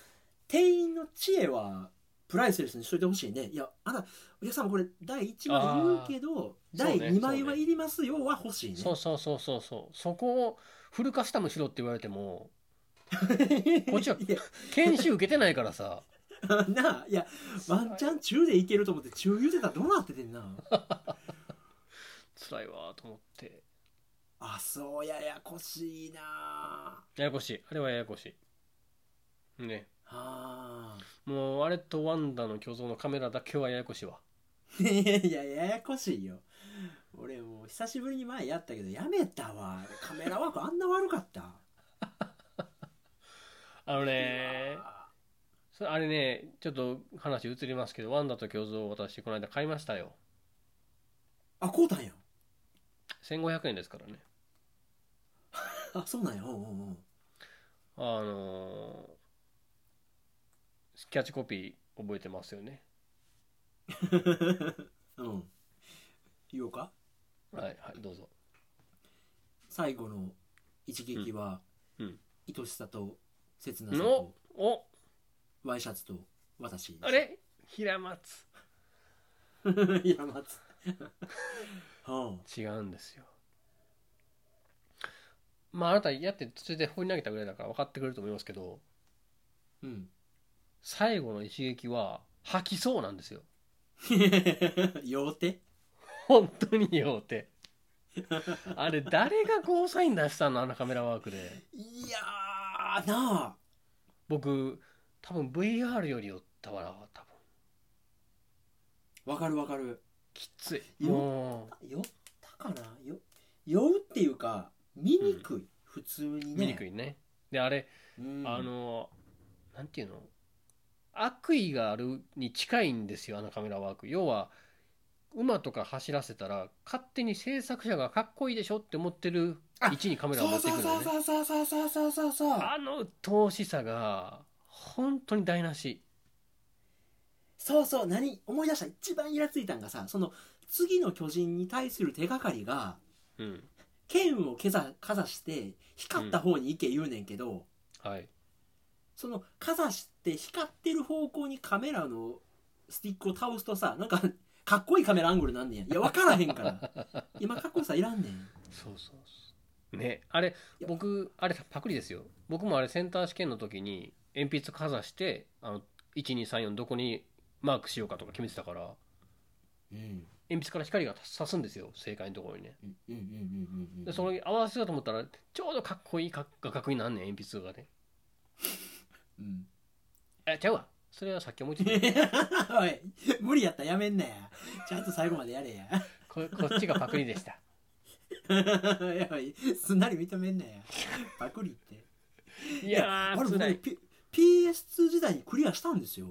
Speaker 2: 店員の知恵はプライスレスにしといてほしいねいやあなお客様これ第1枚言うけど第2枚はいりますよは欲しいね
Speaker 1: そうそうそうそうそうそこをフルカスタムしろって言われてもこっちは
Speaker 2: *laughs* いや
Speaker 1: 研修受けてないからさ
Speaker 2: なあいや *laughs* ワンチャン中でいけると思って中言うてたらどうなっててんな
Speaker 1: 辛いわーと思って
Speaker 2: あそうややこしいな
Speaker 1: ややこしいあれはややこしいね
Speaker 2: ああ *laughs*
Speaker 1: もうあれとワンダの巨像のカメラだけはややこしいわ
Speaker 2: いやいやややこしいよ俺もう久しぶりに前やったけどやめたわカメラワークあんな悪かった
Speaker 1: あのね
Speaker 2: うわ
Speaker 1: それあれねちょっと話移りますけどワンダと胸像を私この間買いましたよ
Speaker 2: あこうたんや
Speaker 1: 1500円ですからね
Speaker 2: あそうなんやうんうんうん
Speaker 1: あのーキャッチコピー覚えてますよね
Speaker 2: うん。言おうか
Speaker 1: はいはいどうぞ
Speaker 2: 最後の一撃は、
Speaker 1: うんうん
Speaker 2: 愛しさと切なさと
Speaker 1: のお
Speaker 2: ワイシャツと私
Speaker 1: あれ平松
Speaker 2: *laughs* いや待つうん
Speaker 1: 違うんですよまああなたやって途中で放り投げたぐらいだから分かってくれると思いますけど
Speaker 2: うん *laughs*
Speaker 1: 最後の一撃は吐きそうなんですよ
Speaker 2: 両手
Speaker 1: 本当によってあれ誰がゴーサイン出したのあのカメラワークで
Speaker 2: いやーなあ
Speaker 1: 僕多分 VR より酔ったわな多分
Speaker 2: わかるわかる
Speaker 1: きつい
Speaker 2: 酔った
Speaker 1: も
Speaker 2: 酔ったかな酔酔うっていうか見にくい、普通に
Speaker 1: う
Speaker 2: ね
Speaker 1: 見にくいねであれ、
Speaker 2: うん
Speaker 1: あのなんていうの悪意があるに近いんですよあのカメラワーク要は馬とか走らせたら勝手に制作者がかっこいいでしょって思ってる位置にカメラを持
Speaker 2: そ
Speaker 1: っ
Speaker 2: う
Speaker 1: てく
Speaker 2: そう
Speaker 1: るの
Speaker 2: そ
Speaker 1: よ
Speaker 2: う
Speaker 1: ね
Speaker 2: そうそうそうそうそうそうそう
Speaker 1: あの鬱陶しさが本当に台無し
Speaker 2: そうそう何思い出した一番イラついたんがさその次の巨人に対する手がかりが
Speaker 1: うん
Speaker 2: 剣をけざかざして光った方に行け言うねんけど、
Speaker 1: はい
Speaker 2: そのかざして光ってる方向にカメラのスティックを倒すとさなんかかっこいいカメラアングルなんねんいや分からへんから今かっこよさいらんねん
Speaker 1: そうそうそうねあれ
Speaker 2: や
Speaker 1: 僕あれパクリですよ僕もあれセンター試験の時に鉛筆かざしてあの1234どこにマークしようかとか決めてたから
Speaker 2: うん
Speaker 1: 鉛筆から光が差すんですよ正解のところにね
Speaker 2: うんうんうんうんうんうん
Speaker 1: でそれに合わせようと思ったらちょうどかっこいいか画角になんねん鉛筆がね
Speaker 2: うん
Speaker 1: えちゃうわそれはさっき思いつい *laughs* た
Speaker 2: おい無理やったらやめんなやちゃんと最後までやれや *laughs*
Speaker 1: ここっちがパクリでした
Speaker 2: おいすんなり認めんなやパクリって
Speaker 1: いや
Speaker 2: あ
Speaker 1: ー
Speaker 2: れ
Speaker 1: つ
Speaker 2: 僕
Speaker 1: らい
Speaker 2: P- PS2 時代にクリアしたんですよ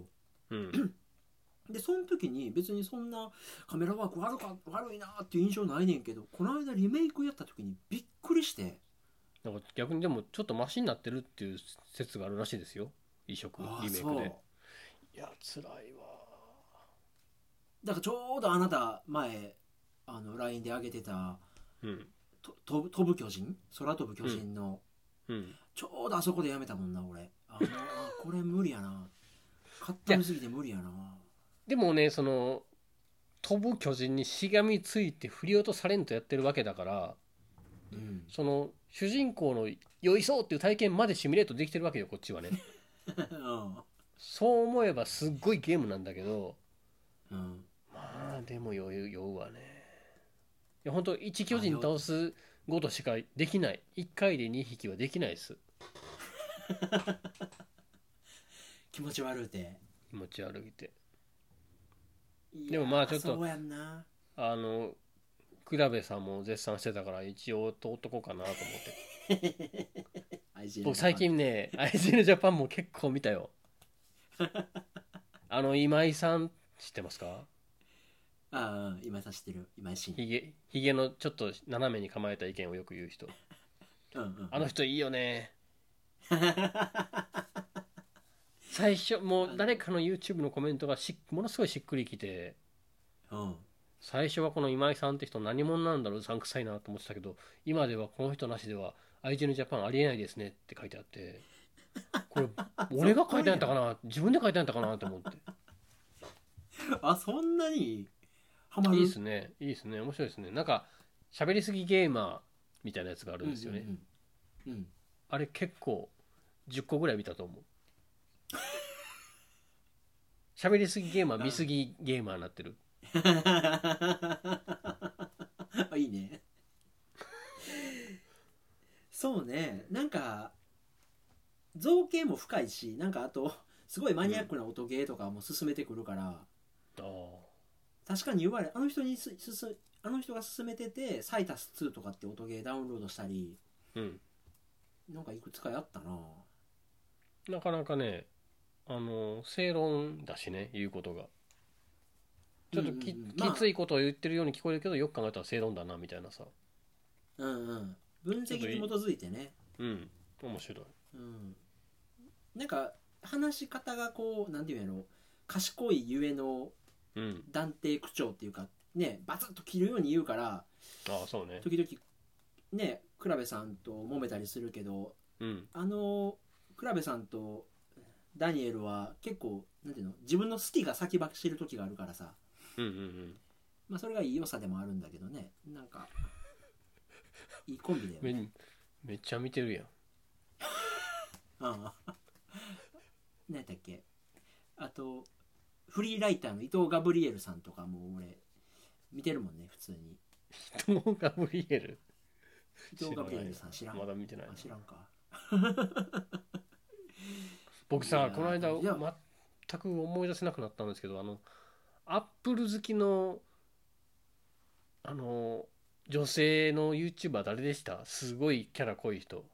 Speaker 1: うん
Speaker 2: でその時に別にそんなカメラワーク悪か悪いなーっていう印象ないねんけどこの間リメイクやった時にびっくりして
Speaker 1: なんか逆にでもちょっとマシになってるっていう説があるらしいですよ移植
Speaker 2: ああ
Speaker 1: リメイ
Speaker 2: そ
Speaker 1: ク
Speaker 2: う
Speaker 1: でいやつらいわ
Speaker 2: だからちょうどあなた前あの LINE で上げてた
Speaker 1: うん
Speaker 2: と飛ぶ飛ぶ巨人空飛ぶ巨人の、
Speaker 1: うん
Speaker 2: ちょうどあそこでやめたもんな俺あのあこれ無理やな買ったみすぎて無理やな
Speaker 1: でもねその飛ぶ巨人にしがみついて振り落とされんとやってるわけだから
Speaker 2: *laughs* うん
Speaker 1: その主人公の酔いそうっていう体験までシミュレートできてるわけよこっちはねそう思えばすっごいゲームなんだけど
Speaker 2: うん、うん、
Speaker 1: まあでも酔う酔うわねいや本当一巨人倒すごとしかできない1回で2匹はできないです
Speaker 2: 気持ち悪うて
Speaker 1: 気持ち悪いて
Speaker 2: いや
Speaker 1: でもまあちょっと
Speaker 2: そうやんな
Speaker 1: あのクラベさんも絶賛してたから一応と男かなと思って僕最近ね IGN ジャパンも結構見たよあの今井さん知ってますか
Speaker 2: ああ今さしてる今井シーン
Speaker 1: ひげひげのちょっと斜めに構えた意見をよく言う人
Speaker 2: うんうん
Speaker 1: あの人いいよね最初もう誰かの YouTube のコメントがしものすごいしっくりきて
Speaker 2: *laughs* うん
Speaker 1: 最初はこの今井さんって人何者なんだろううさんくさいなと思ってたけど今ではこの人なしでは IGN ジャパンありえないですねって書いてあってこ *laughs* れ俺が書いてあったかな自分で書いてあったかなと思って
Speaker 2: あそんなにハマる
Speaker 1: いいですねいいですね面白いですねなんか喋りすぎゲーマーみたいなやつがあるんですよね、
Speaker 2: うんうん *laughs* うん
Speaker 1: あれ結構10個ぐらい見たと思う *laughs* 喋りすぎゲーマー見すぎゲーマーになってる
Speaker 2: あいいねそうねなんか造形も深いしなんかあとすごいマニアックな音ゲーとかも進めてくるから、
Speaker 1: ああ
Speaker 2: 確かに言われあの人にすすすあの人が進めてて「サイタス2」とかって音ゲーダウンロードしたり
Speaker 1: うん
Speaker 2: なんかいくつかやったな
Speaker 1: なかなかねあの正論だしね言うことがちょっとき,、
Speaker 2: うんうんうんまあ
Speaker 1: きついことを言ってるように聞こえるけどよく考えたら正論だなみたいなさ
Speaker 2: うんうん分析に基づいてね
Speaker 1: うん面白い
Speaker 2: うんなんか話し方がこうなんていうんやろ賢いゆえの
Speaker 1: うん
Speaker 2: 断定口調っていうかねバツッと切るように言うから
Speaker 1: ああそうね
Speaker 2: 時々ねクラベさんと揉めたりするけど
Speaker 1: うん
Speaker 2: あのクラベさんとダニエルは結構なんていうの自分の好きが先走る時があるからさ
Speaker 1: うんうんうん
Speaker 2: まあそれがいい良さでもあるんだけどねなんかいいコンビだよね
Speaker 1: めめっちゃ見てるやん
Speaker 2: *laughs* ああ何やったっけあとフリーライターの伊藤ガブリエルさんとかも俺見てるもんね普通に
Speaker 1: トモガブリエル
Speaker 2: 伊藤ガブリエルさん知らん
Speaker 1: まだ見てない
Speaker 2: あ知らんか
Speaker 1: 僕
Speaker 2: い
Speaker 1: さ
Speaker 2: や
Speaker 1: この間
Speaker 2: いや
Speaker 1: 全く思い出せなくなったんですけどあのアップル好きのあの女性の YouTuber 誰でしたすごいキャラ濃い人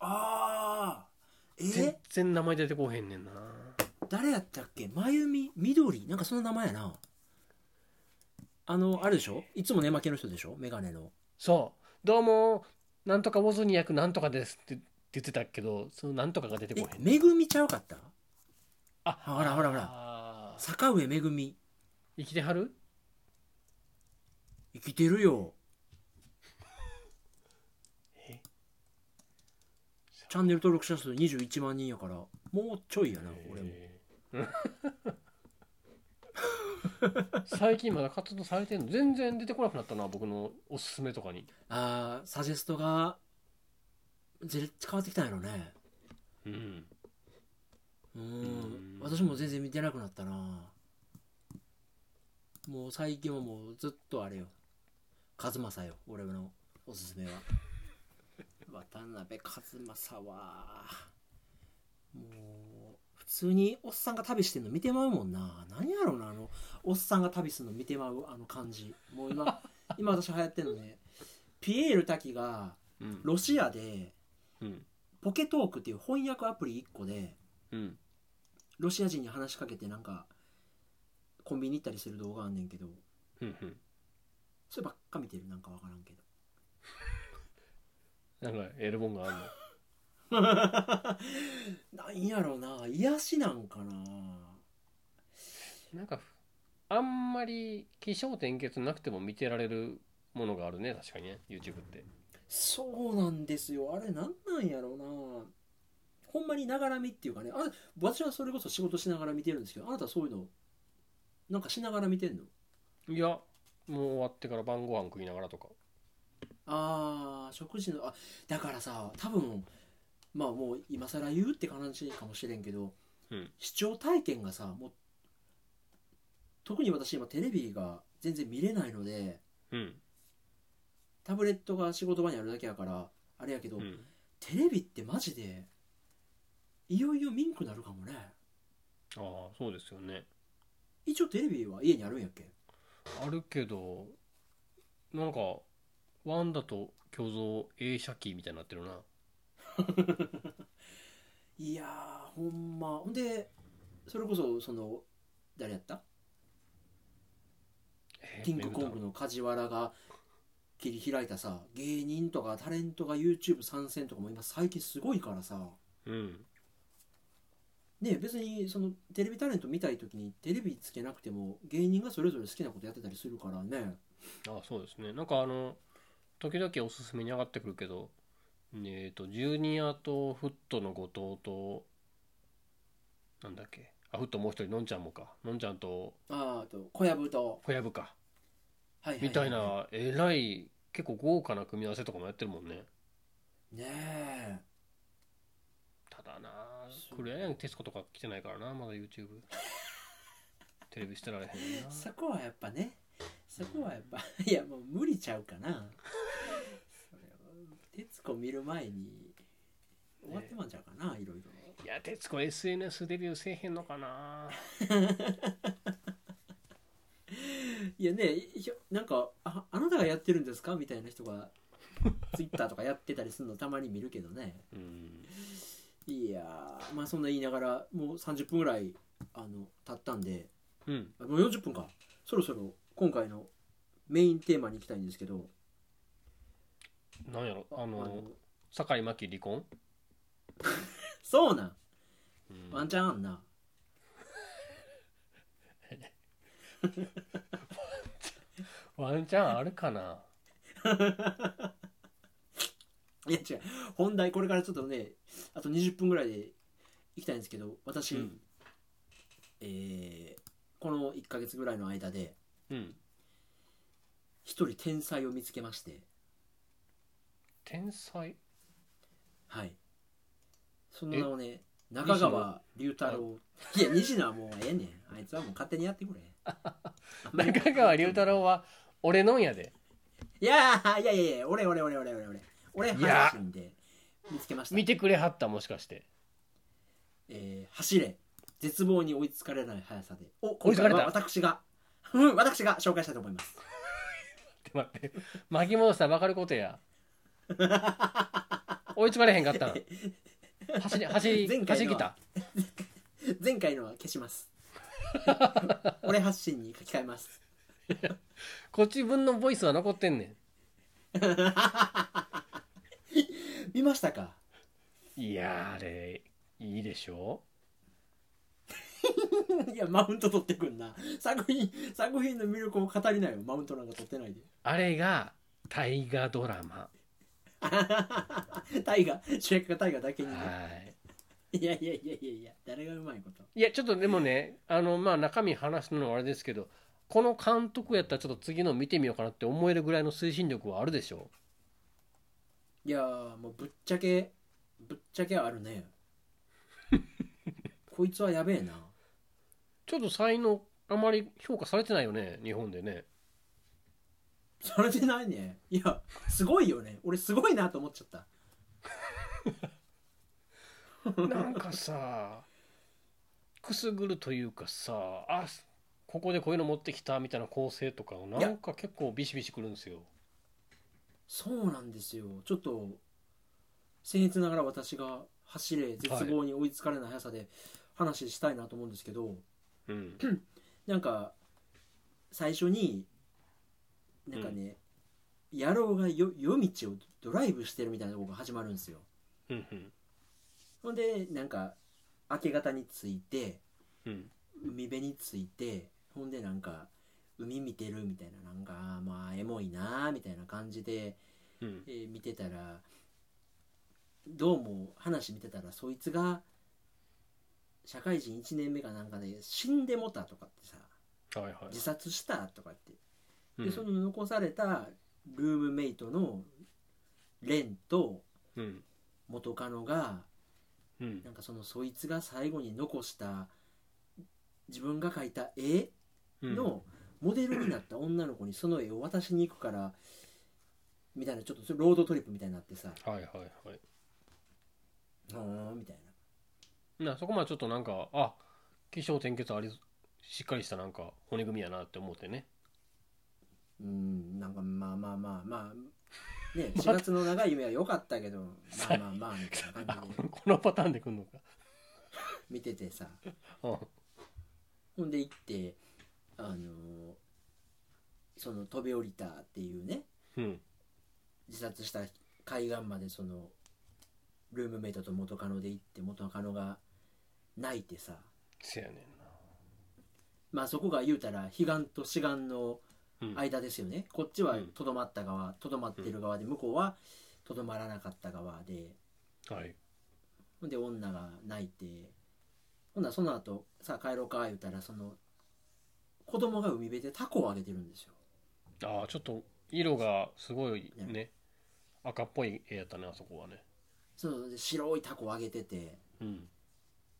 Speaker 2: ああ
Speaker 1: 全
Speaker 2: え
Speaker 1: 然名前出てこへんねんな
Speaker 2: 誰やったっけ真由美緑なんかその名前やなあのあれでしょいつも寝負けの人でしょメガネの
Speaker 1: そうどうもなんとかウォズニアクなんとかですってって言ってたけどそのなんとかが出て
Speaker 2: え
Speaker 1: こへん
Speaker 2: めぐみちゃうかった
Speaker 1: あ
Speaker 2: ほらほらほら
Speaker 1: あー
Speaker 2: 坂上めぐみ
Speaker 1: 生きてはる
Speaker 2: 生きてるよ
Speaker 1: え
Speaker 2: チャンネル登録者数21万人やからもうちょいやな俺も
Speaker 1: へー *laughs* 最近まだ活動されてんの全然出てこなくなったな僕のおすすめとかに
Speaker 2: あーサジェストが全然変わってきたんやろね
Speaker 1: うん
Speaker 2: う
Speaker 1: う
Speaker 2: ー
Speaker 1: ん
Speaker 2: ん私も全然見てなくなったなもう最近はもうずっとあれよ和正よ俺のおす
Speaker 1: *laughs*
Speaker 2: すめは渡辺和正はもう普通におっさんが旅してんの見てまうもんな何やろうなあのおっさんが旅するの見てまうあの感じもう
Speaker 1: *laughs*
Speaker 2: 今今私流行ってんのねピエール滝が
Speaker 1: うん
Speaker 2: ロシアで
Speaker 1: うん
Speaker 2: ポケトークっていう翻訳アプリ1個で
Speaker 1: うん
Speaker 2: ロシア人に話しかけてなんかコンビニ行ったりする動画あんねんけど
Speaker 1: うんうん
Speaker 2: そればっか見てるなんかわからんけど
Speaker 1: なんかエルボンがあんの
Speaker 2: なんやろうな癒しなんかな
Speaker 1: なんかあんまり起承転結なくても見てられるものがあるね確かにね YouTube って
Speaker 2: そうなんですよあれなんなんやろうなほんまにながら見っていうかねあれ私はそれこそ仕事しながら見てるんですけどあなたはそういうのなんかしながら見てんの
Speaker 1: いやもう終わってから晩ご飯食いながらとか
Speaker 2: あー食事のあだからさ多分まあもう今更言うって感じかもしれんけど、
Speaker 1: うん
Speaker 2: 視聴体験がさもう特に私今テレビが全然見れないので
Speaker 1: うん
Speaker 2: タブレットが仕事場にあるだけやからあれやけど、
Speaker 1: うん
Speaker 2: テレビってマジでいよいよミンクなるかもね
Speaker 1: ああそうですよね
Speaker 2: 一応テレビは家にあるんやっけ
Speaker 1: あるけどなんかワンダと巨像映写機みたいになってるない
Speaker 2: やーほんまほんでそれこそその誰やった
Speaker 1: え
Speaker 2: キングコングの梶原が切り開いたさ芸人とかタレントが YouTube 参戦とかも今最近すごいからさ
Speaker 1: うん
Speaker 2: ね別にそのテレビタレント見たい時にテレビつけなくても芸人がそれぞれ好きなことやってたりするからね
Speaker 1: あそうですねなんかあの時々おすすめに上がってくるけどえっ、とジュニアとフットの後藤となんだっけあフットもう一人のんちゃんもかのんちゃんと
Speaker 2: あーあと小籔と、
Speaker 1: 小籔か
Speaker 2: はいはは
Speaker 1: みたいなえらい結構豪華な組み合わせとかもやってるもんね
Speaker 2: ねえ
Speaker 1: ただな黒柳徹子とか来てないからなまだ
Speaker 2: *laughs*
Speaker 1: YouTube テレビしてられへんな
Speaker 2: そこはやっぱねそこはやっぱ *laughs* いやもう無理ちゃうかなそれは徹子見る前に終わってまんちゃうかな、いろいろ
Speaker 1: いや徹子 SNS デビューせえへんのかない
Speaker 2: やねひょなんかあ「あなたがやってるんですか?」みたいな人
Speaker 1: *laughs*
Speaker 2: がツイッターとかやってたりするのたまに見るけどね
Speaker 1: うん
Speaker 2: いやーまあそんな言いながらもう30分ぐらいあの経ったんで
Speaker 1: うん
Speaker 2: あもう40分かそろそろ今回のメインテーマに行きたいんですけど
Speaker 1: なんやろあ
Speaker 2: あ
Speaker 1: の
Speaker 2: の
Speaker 1: 酒井真紀離婚
Speaker 2: そうなん
Speaker 1: うん
Speaker 2: ワンチャンあんな
Speaker 1: ワンチャンあるかな
Speaker 2: いや違う本題これからちょっとねあと20分ぐらいで行きたいんですけど私、
Speaker 1: うん
Speaker 2: えーこの1ヶ月ぐらいの間で
Speaker 1: うん
Speaker 2: 一人天才を見つけまして
Speaker 1: 天才
Speaker 2: はい。その名をね、中川龍太郎。いや、西野はもうええねん。あいつはもう勝手にやっ
Speaker 1: *laughs*
Speaker 2: てくれ。
Speaker 1: 中川龍太郎は俺のんやで
Speaker 2: いやーいやいやいや、俺俺俺俺俺俺。俺、
Speaker 1: いや
Speaker 2: 阪神で見つけました
Speaker 1: 見。てくれはったもしかして
Speaker 2: えー走れ。絶望に追いつかれない速さで。お、
Speaker 1: 追
Speaker 2: 今
Speaker 1: いつか
Speaker 2: 回
Speaker 1: れた
Speaker 2: は私が、うん、私が紹介したいと思います。
Speaker 1: 待って巻き戻したら分かること
Speaker 2: *laughs*
Speaker 1: や追いつかれへんかったん走り走
Speaker 2: 前
Speaker 1: り走
Speaker 2: 回のは
Speaker 1: りきた
Speaker 2: 前回のは消
Speaker 1: *laughs*
Speaker 2: します。俺発信に書き換えます。
Speaker 1: こっち分のボイスは残ってんね
Speaker 2: 見ましたか
Speaker 1: んいやーあれいいでしょ
Speaker 2: いや、マウント取ってくんな。作品、作品の魅力を語りなよ。マウントなんか取ってないで。
Speaker 1: あれが大河ドラマ
Speaker 2: *laughs* タイガ主役がタイガだけにね
Speaker 1: はい
Speaker 2: いやいやいやいやいや誰がうまいこと
Speaker 1: いやちょっとでもねあのまあ中身話すのはあれですけどこの監督やったらちょっと次の見てみようかなって思えるぐらいの推進力はあるでしょ
Speaker 2: いやーもうぶっちゃけぶっちゃけあるねこいつはやべえな
Speaker 1: ちょっと才能あまり評価されてないよね日本でね
Speaker 2: されてないねいやすごいよね俺すごいなと思っちゃった
Speaker 1: なんかさくすぐるというかさあここでこういうの持ってきたみたいな構成とかがなんか結構ビシビシくるんですよ
Speaker 2: そうなんですよちょっと僭越ながら私が走れ絶望に追いつかれない速さで話したいなと思うんですけど、
Speaker 1: うん
Speaker 2: なんか最初になんかね、野郎がよ夜道をドライブしてるみたいなとこが始まるんですよ
Speaker 1: うんうん
Speaker 2: ほんでなんか明け方に着いて
Speaker 1: うん
Speaker 2: 海辺に着いてほんでなんか海見てるみたいななんかまあエモいなーみたいな感じで
Speaker 1: うん
Speaker 2: えー見てたらどうも話見てたらそいつが社会人1年目かなんかで死んでもたとかってさ
Speaker 1: はいはい
Speaker 2: 自殺したとかって
Speaker 1: う
Speaker 2: で
Speaker 1: ん
Speaker 2: その残されたルームメイトのレンと
Speaker 1: うん
Speaker 2: 元カノが
Speaker 1: うん
Speaker 2: なんかそのそいつが最後に残した自分が描いた絵
Speaker 1: うん
Speaker 2: のモデルになった女の子にその絵を渡しに行くからみたいなちょっとロードトリップみたいになってさ
Speaker 1: はいはいはい
Speaker 2: 「うーん」みたいな。
Speaker 1: なそこまでちょっとなんかあ起承転結ありしっかりしたなんか骨組みやなって思ってね
Speaker 2: うん、なんかまあまあまあまあ、
Speaker 1: *laughs*
Speaker 2: ね、4月の長い夢は良かったけど、まあまあまあ、みたいな
Speaker 1: あ
Speaker 2: 感
Speaker 1: こ
Speaker 2: じで
Speaker 1: のこのパターンでくんのか
Speaker 2: 見ててさ、
Speaker 1: うん
Speaker 2: ほんで行って、あのーその飛び降りたっていうね、
Speaker 1: うん
Speaker 2: 自殺した海岸までその、ルームメイトと元カノで行って、元カノが泣いてさ、
Speaker 1: せやねんな
Speaker 2: まあそこが言うたら、彼岸と志願の
Speaker 1: うん
Speaker 2: 間ですよね。こっちは
Speaker 1: うん
Speaker 2: とどまった側、とどまってる側で、向こうはとどまらなかった側で、
Speaker 1: はい
Speaker 2: ほんで女が泣いてほんならその後さあ帰ろうか言うたらその子供が海辺でタコをあげてるんですよ
Speaker 1: ああちょっと色がすごいね赤っぽい絵やったねあそこはね
Speaker 2: そので白いタコをあげてて
Speaker 1: うん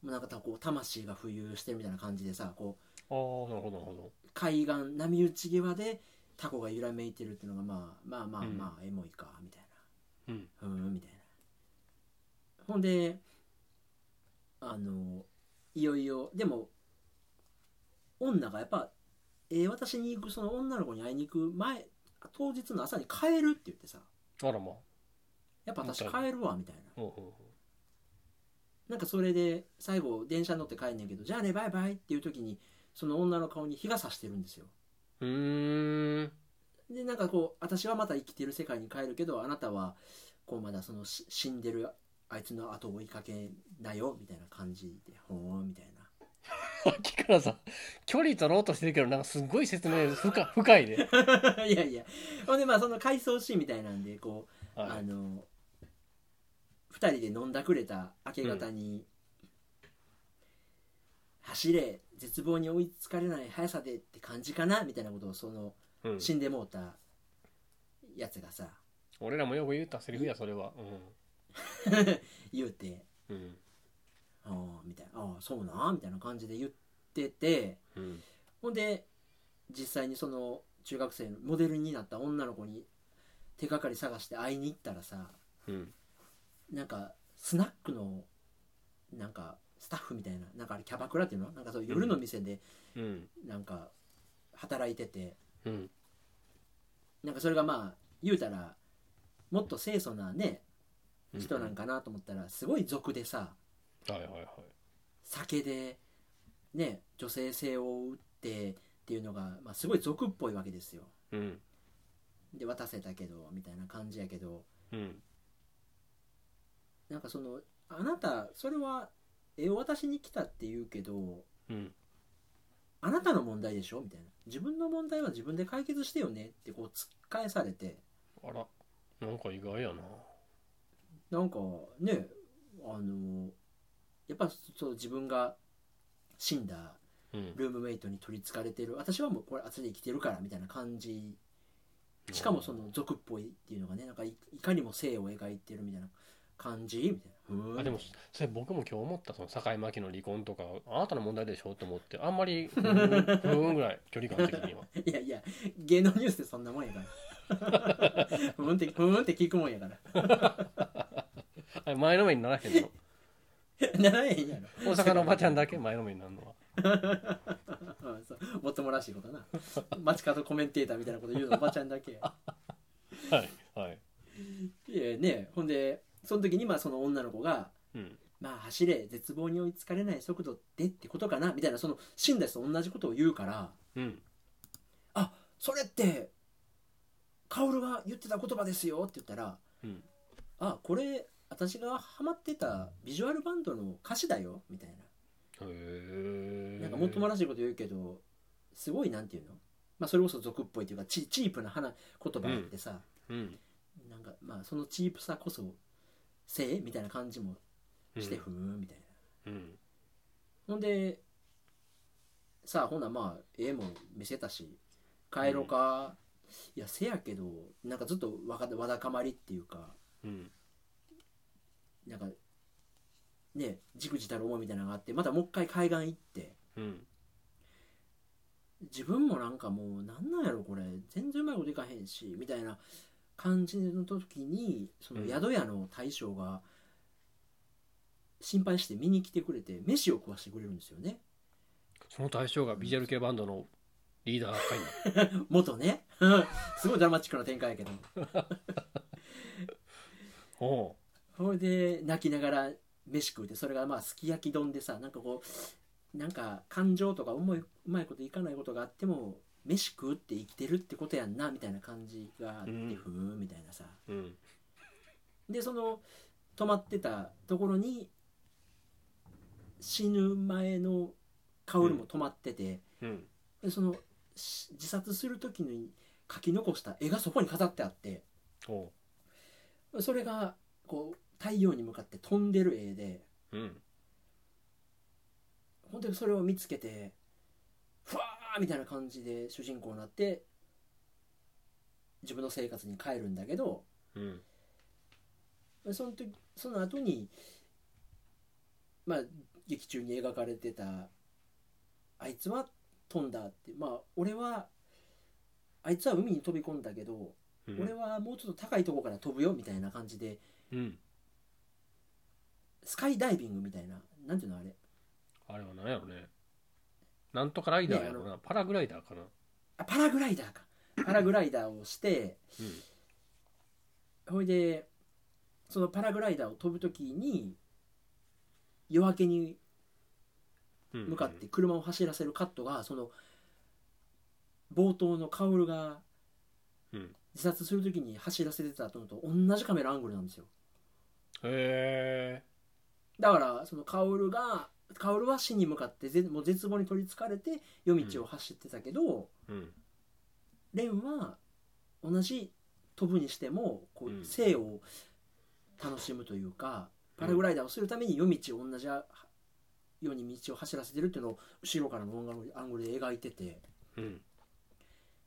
Speaker 2: もうなんかタコ魂が浮遊してるみたいな感じでさこ
Speaker 1: あ
Speaker 2: う
Speaker 1: あなるほどなるほ
Speaker 2: 海岸波打ち際でタコが揺らめいてるっていうのがまあまあまあまあエモいかみたい
Speaker 1: どうん
Speaker 2: なふーんみたいなほんであのいよいよでも女がやっぱ、えー私に行くその女の子に会いに行く前当日の朝に帰るって言ってさ
Speaker 1: あらまあ
Speaker 2: やっぱ私帰るわみたいな
Speaker 1: うんうんうん
Speaker 2: なんかそれで最後電車に乗って帰んねんけどじゃあねバイバイっていう時にその女の顔に日が差してるんですよ
Speaker 1: うーん *laughs*
Speaker 2: でなんかこう私はまた生きてる世界に帰るけどあなたはこうまだそのし死んでるあいつの後を追いかけなよみたいな感じでほーんみたいな
Speaker 1: さっきからさ距離取ろうとしてるけどなんかすごい説明深深いね
Speaker 2: *laughs* いやいやほんでまあその回想シーンみたいなんでこう、
Speaker 1: は
Speaker 2: あ
Speaker 1: い
Speaker 2: の2人で飲んだくれた明け方に「走れ絶望に追いつかれない速さで」って感じかなみたいなことをその
Speaker 1: うん
Speaker 2: 死んでもうたやつがさ *laughs*
Speaker 1: 俺らもよく言ったセリフやそれは
Speaker 2: 言うて
Speaker 1: うんうん
Speaker 2: 「ああ」みたいな「ああそうな」みたいな感じで言ってて
Speaker 1: うん
Speaker 2: ほんで実際にその中学生のモデルになった女の子に手がかり探して会いに行ったらさ
Speaker 1: うん
Speaker 2: なんかスナックのなんかスタッフみたいななんかあれキャバクラっていうのなんかそう夜の店で
Speaker 1: うん
Speaker 2: なんか働いてて
Speaker 1: うん
Speaker 2: なんかそれがまあ言うたらもっと清楚なね
Speaker 1: うん
Speaker 2: 人なんかなと思ったらすごい俗でさ
Speaker 1: はいはいはい
Speaker 2: 酒でね女性性を打ってっていうのが、まあ、すごい俗っぽいわけですよ
Speaker 1: うん
Speaker 2: で渡せたけどみたいな感じやけど
Speaker 1: うん
Speaker 2: なんかそのあなたそれは絵を渡しに来たって言うけど
Speaker 1: うん
Speaker 2: あなたの問題でしょみたいな自分の問題は自分で解決してよねってこう突っ返されて
Speaker 1: あらなんか意外やな
Speaker 2: なんかねあのやっぱそう自分が死んだ
Speaker 1: うん
Speaker 2: ルームメイトに取りつかれてる私はもうこれ後で生きてるからみたいな感じしかもその俗っぽいっていうのがねなんかいいかにも性を描いてるみたいな感じみたいなふーん
Speaker 1: あでもそれ僕も今日思ったその境真紀の離婚とかあなたの問題でしょと思ってあんまりふーんふーんぐらい距離感的にはい
Speaker 2: *laughs* やいや芸能ニュースってそんなもんやか
Speaker 1: *laughs*
Speaker 2: らふーんってふーんって聞くもんやから *laughs*
Speaker 1: あれ前のめりにならへんの
Speaker 2: ならへんやろ
Speaker 1: 大阪のおばちゃんだけ前のめりになるのは
Speaker 2: うんそうもっともらしいことな *laughs* 街角コメンテーターみたいなこと言うのおばちゃん
Speaker 1: *laughs*
Speaker 2: だけ
Speaker 1: はいはい
Speaker 2: いやねほんでその時にまあその女の子が
Speaker 1: うん
Speaker 2: 「まあ走れ絶望に追いつかれない速度で」ってことかなみたいなその死んだ人と同じことを言うから
Speaker 1: うん
Speaker 2: あそれって薫が言ってた言葉ですよって言ったら
Speaker 1: うん
Speaker 2: 「あこれ私がハマってたビジュアルバンドの歌詞だよ」みたい
Speaker 1: へ
Speaker 2: な
Speaker 1: え
Speaker 2: なんかもっともらしいこと言うけどすごいなんていうの、まあ、それこそ俗っぽいというかチチープな花言葉ってさ、
Speaker 1: うん
Speaker 2: なんかまあそのチープさこそ性みたいな感じも
Speaker 1: うん
Speaker 2: してふーんみたいな。
Speaker 1: うん
Speaker 2: ほんでさあほなまあ絵も見せたし帰ろうか、いやせやけどなんかずっとわかわだかまりっていうか
Speaker 1: うん
Speaker 2: なんかねじくじたる思いみたいなのがあってまたもう一回海岸行って
Speaker 1: うん
Speaker 2: 自分もなんかもうなんなんやろこれ全然うまいこといかへんしみたいな感じの時にその宿屋の大将が心配して見に来てくれて飯を食わしてくれるんですよね
Speaker 1: その対象がビジュアル系バンドのリーダーかい
Speaker 2: *laughs*
Speaker 1: な
Speaker 2: 元ね *laughs* すごいドラマチックな展開やけど
Speaker 1: おう
Speaker 2: ほいで泣きながら飯食うてそれがまあすき焼き丼でさなんかこうなんか感情とか思いうまいこといかないことがあっても飯食うって生きてるってことやんなみたいな感じがあって、
Speaker 1: うん
Speaker 2: ふーんみたいなさ
Speaker 1: うん
Speaker 2: でその泊まってたところに死ぬ前の薫も泊まってて、
Speaker 1: うん
Speaker 2: でそのし自殺する時に書き残した絵がそこに飾ってあって
Speaker 1: おう
Speaker 2: それがこう太陽に向かって飛んでる絵で
Speaker 1: うん
Speaker 2: 本当にそれを見つけてふわーみたいな感じで主人公になって自分の生活に帰るんだけど
Speaker 1: うん
Speaker 2: その時その後にまあ劇中に描かれてた「あいつは飛んだ」ってまあ俺はあいつは海に飛び込んだけど、
Speaker 1: うん
Speaker 2: 俺はもうちょっと高いところから飛ぶよみたいな感じで
Speaker 1: うん
Speaker 2: スカイダイビングみたいななんていうのあれ
Speaker 1: あれは何やろねなんとかライダーやろ
Speaker 2: ね
Speaker 1: なパラグライダーかな
Speaker 2: あパラグライダーかパラグライダーをして。
Speaker 1: うん
Speaker 2: ほいでそのパラグライダーを飛ぶ時に夜明けに
Speaker 1: うん
Speaker 2: 向かって車を走らせるカットがその冒頭のカオルが
Speaker 1: うん
Speaker 2: 自殺する時に走らせてたのと同じカメラアングルなんですよ
Speaker 1: へえ
Speaker 2: だからそのカオルがカオルは死に向かってぜもう絶望に取りつかれて夜道を走ってたけど、
Speaker 1: うん
Speaker 2: レンは同じ飛ぶにしてもこ
Speaker 1: うん
Speaker 2: う生を楽しむというか、
Speaker 1: うん
Speaker 2: パラグライダーをするために夜道を同じように道を走らせてるっていうのを後ろからの音楽アングルで描いてて
Speaker 1: うん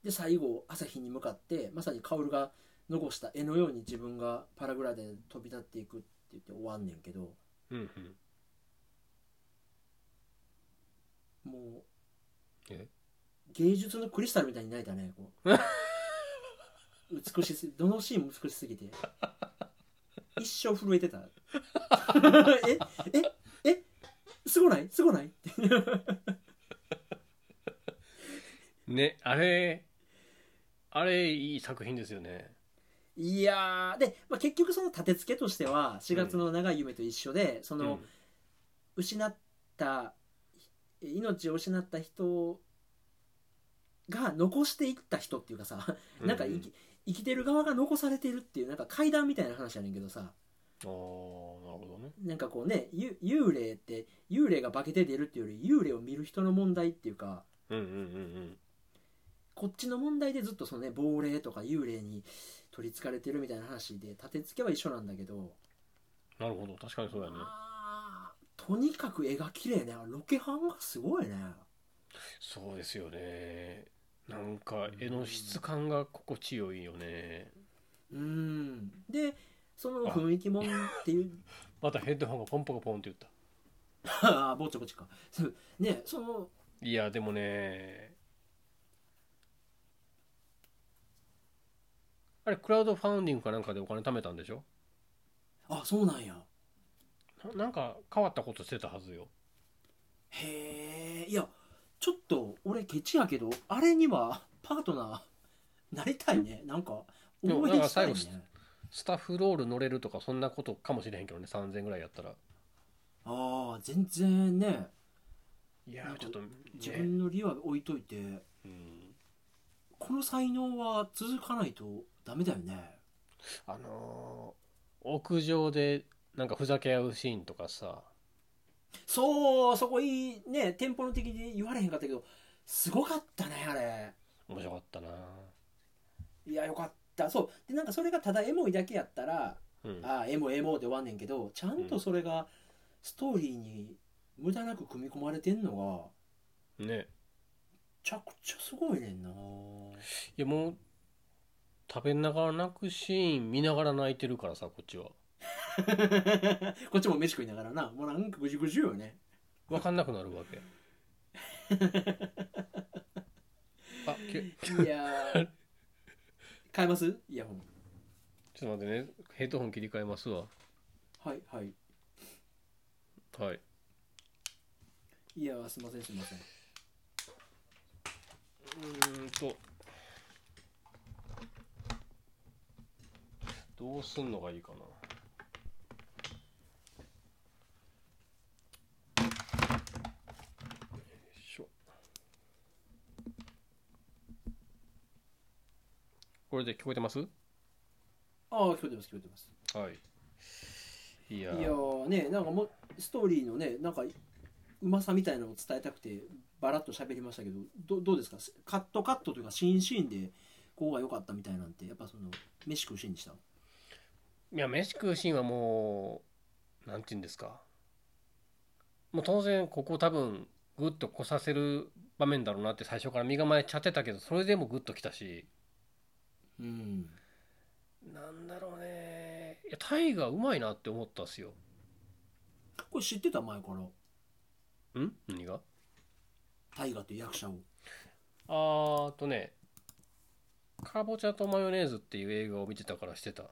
Speaker 2: で最後朝日に向かってまさに薫が残した絵のように自分がパラグライダーで飛び立っていくって言って終わんねんけど
Speaker 1: うんうん
Speaker 2: もう
Speaker 1: え
Speaker 2: 芸術のクリスタルみたいに泣いたねこう美しすぎどのシーンも美しすぎて一生震えてたえええすごないすごないって
Speaker 1: ねあれあれいい作品ですよね
Speaker 2: いやーで、まあ、結局その立て付けとしては4月の長い夢と一緒で、その、失った命を失った人が残していった人っていうかさ
Speaker 1: う
Speaker 2: なんか
Speaker 1: う
Speaker 2: 生き生きてる側が残されてるっていうなんか階段みたいな話やねんけどさ
Speaker 1: ああなるほどね
Speaker 2: なんかこうねゆ幽霊って幽霊が化けて出るっていうより幽霊を見る人の問題っていうか
Speaker 1: うんうんうん
Speaker 2: こっちの問題でずっとそのね亡霊とか幽霊に取りつかれてるみたいな話で立て付けは一緒なんだけど、
Speaker 1: うんなるほど確かにそうやね
Speaker 2: あーとにかく絵が綺麗ねロケハンがすごいね
Speaker 1: そうですよねなんか絵の質感が心地よいよね
Speaker 2: うんでその雰囲気もんっていう
Speaker 1: またヘッドホンがポンポコポンって言った
Speaker 2: *laughs* ああぼちぼちかそうねその
Speaker 1: いやでもねあれクラウドファウンディングかなんかでお金貯めたんでしょ
Speaker 2: あそうなんや
Speaker 1: ななんか変わったことしてたはずよ
Speaker 2: へえいやちょっと俺ケチやけどあれにはパートナーなりたいねなんか
Speaker 1: でも
Speaker 2: 応
Speaker 1: なん
Speaker 2: 援
Speaker 1: か
Speaker 2: した
Speaker 1: 最
Speaker 2: い
Speaker 1: 後
Speaker 2: ね
Speaker 1: スタッフロール乗れるとかそんなことかもしれへんけどね3000ぐらいやったら
Speaker 2: ああ全然ね
Speaker 1: いや
Speaker 2: なん
Speaker 1: ー
Speaker 2: か
Speaker 1: ちょっとね
Speaker 2: 自分の利は置いといて、
Speaker 1: うん
Speaker 2: この才能は続かないとダメだよね
Speaker 1: あのー屋上でなんかふざけ合うシーンとかさ
Speaker 2: そうそこいいねテンポの的に言われへんかったけどすごかったねあれ
Speaker 1: 面白かったない
Speaker 2: やよかったそうでなんかそれがただエモいだけやったら
Speaker 1: うん
Speaker 2: ああエモエモで終わんねんけどちゃんとそれがストーリーに無駄なく組み込まれてんのがめ
Speaker 1: ね
Speaker 2: ちゃくちゃすごいねんない
Speaker 1: やもう食べながら泣くシーン見ながら泣いてるからさこっちは
Speaker 2: こっちも飯食いながらなもうなんかぐじゅぐじゅよね
Speaker 1: 分かんなくなるわけあきゅ
Speaker 2: いやー *laughs* 買えますイヤホン
Speaker 1: ちょっと待ってねヘッドホン切り替えますわ
Speaker 2: はいはい
Speaker 1: はい
Speaker 2: いやーすいませんすいません
Speaker 1: うーんとどうすんのがいいかなよいしょこれで聞こえてますは
Speaker 2: ああ聞こえてます聞こえてます
Speaker 1: いいや
Speaker 2: いやーねなんかもうストーリーのねなんかうまさみたいなのを伝えたくてバラッと喋りましたけどどどうですかカットカットというか新シーンでここが良かったみたいなんてやっぱその飯食うシーンでした
Speaker 1: いや飯食うシーンはもうなんて言うんですかもう当然ここ多分グッと来させる場面だろうなって最初から身構えちゃってたけどそれでもグッと来たし
Speaker 2: うん
Speaker 1: なんだろうねいやタイがうまいなって思ったっすよ
Speaker 2: これ知ってた前から
Speaker 1: ん何が
Speaker 2: 大河という役者を
Speaker 1: あーとね「かぼちゃとマヨネーズ」っていう映画を見てたからしてた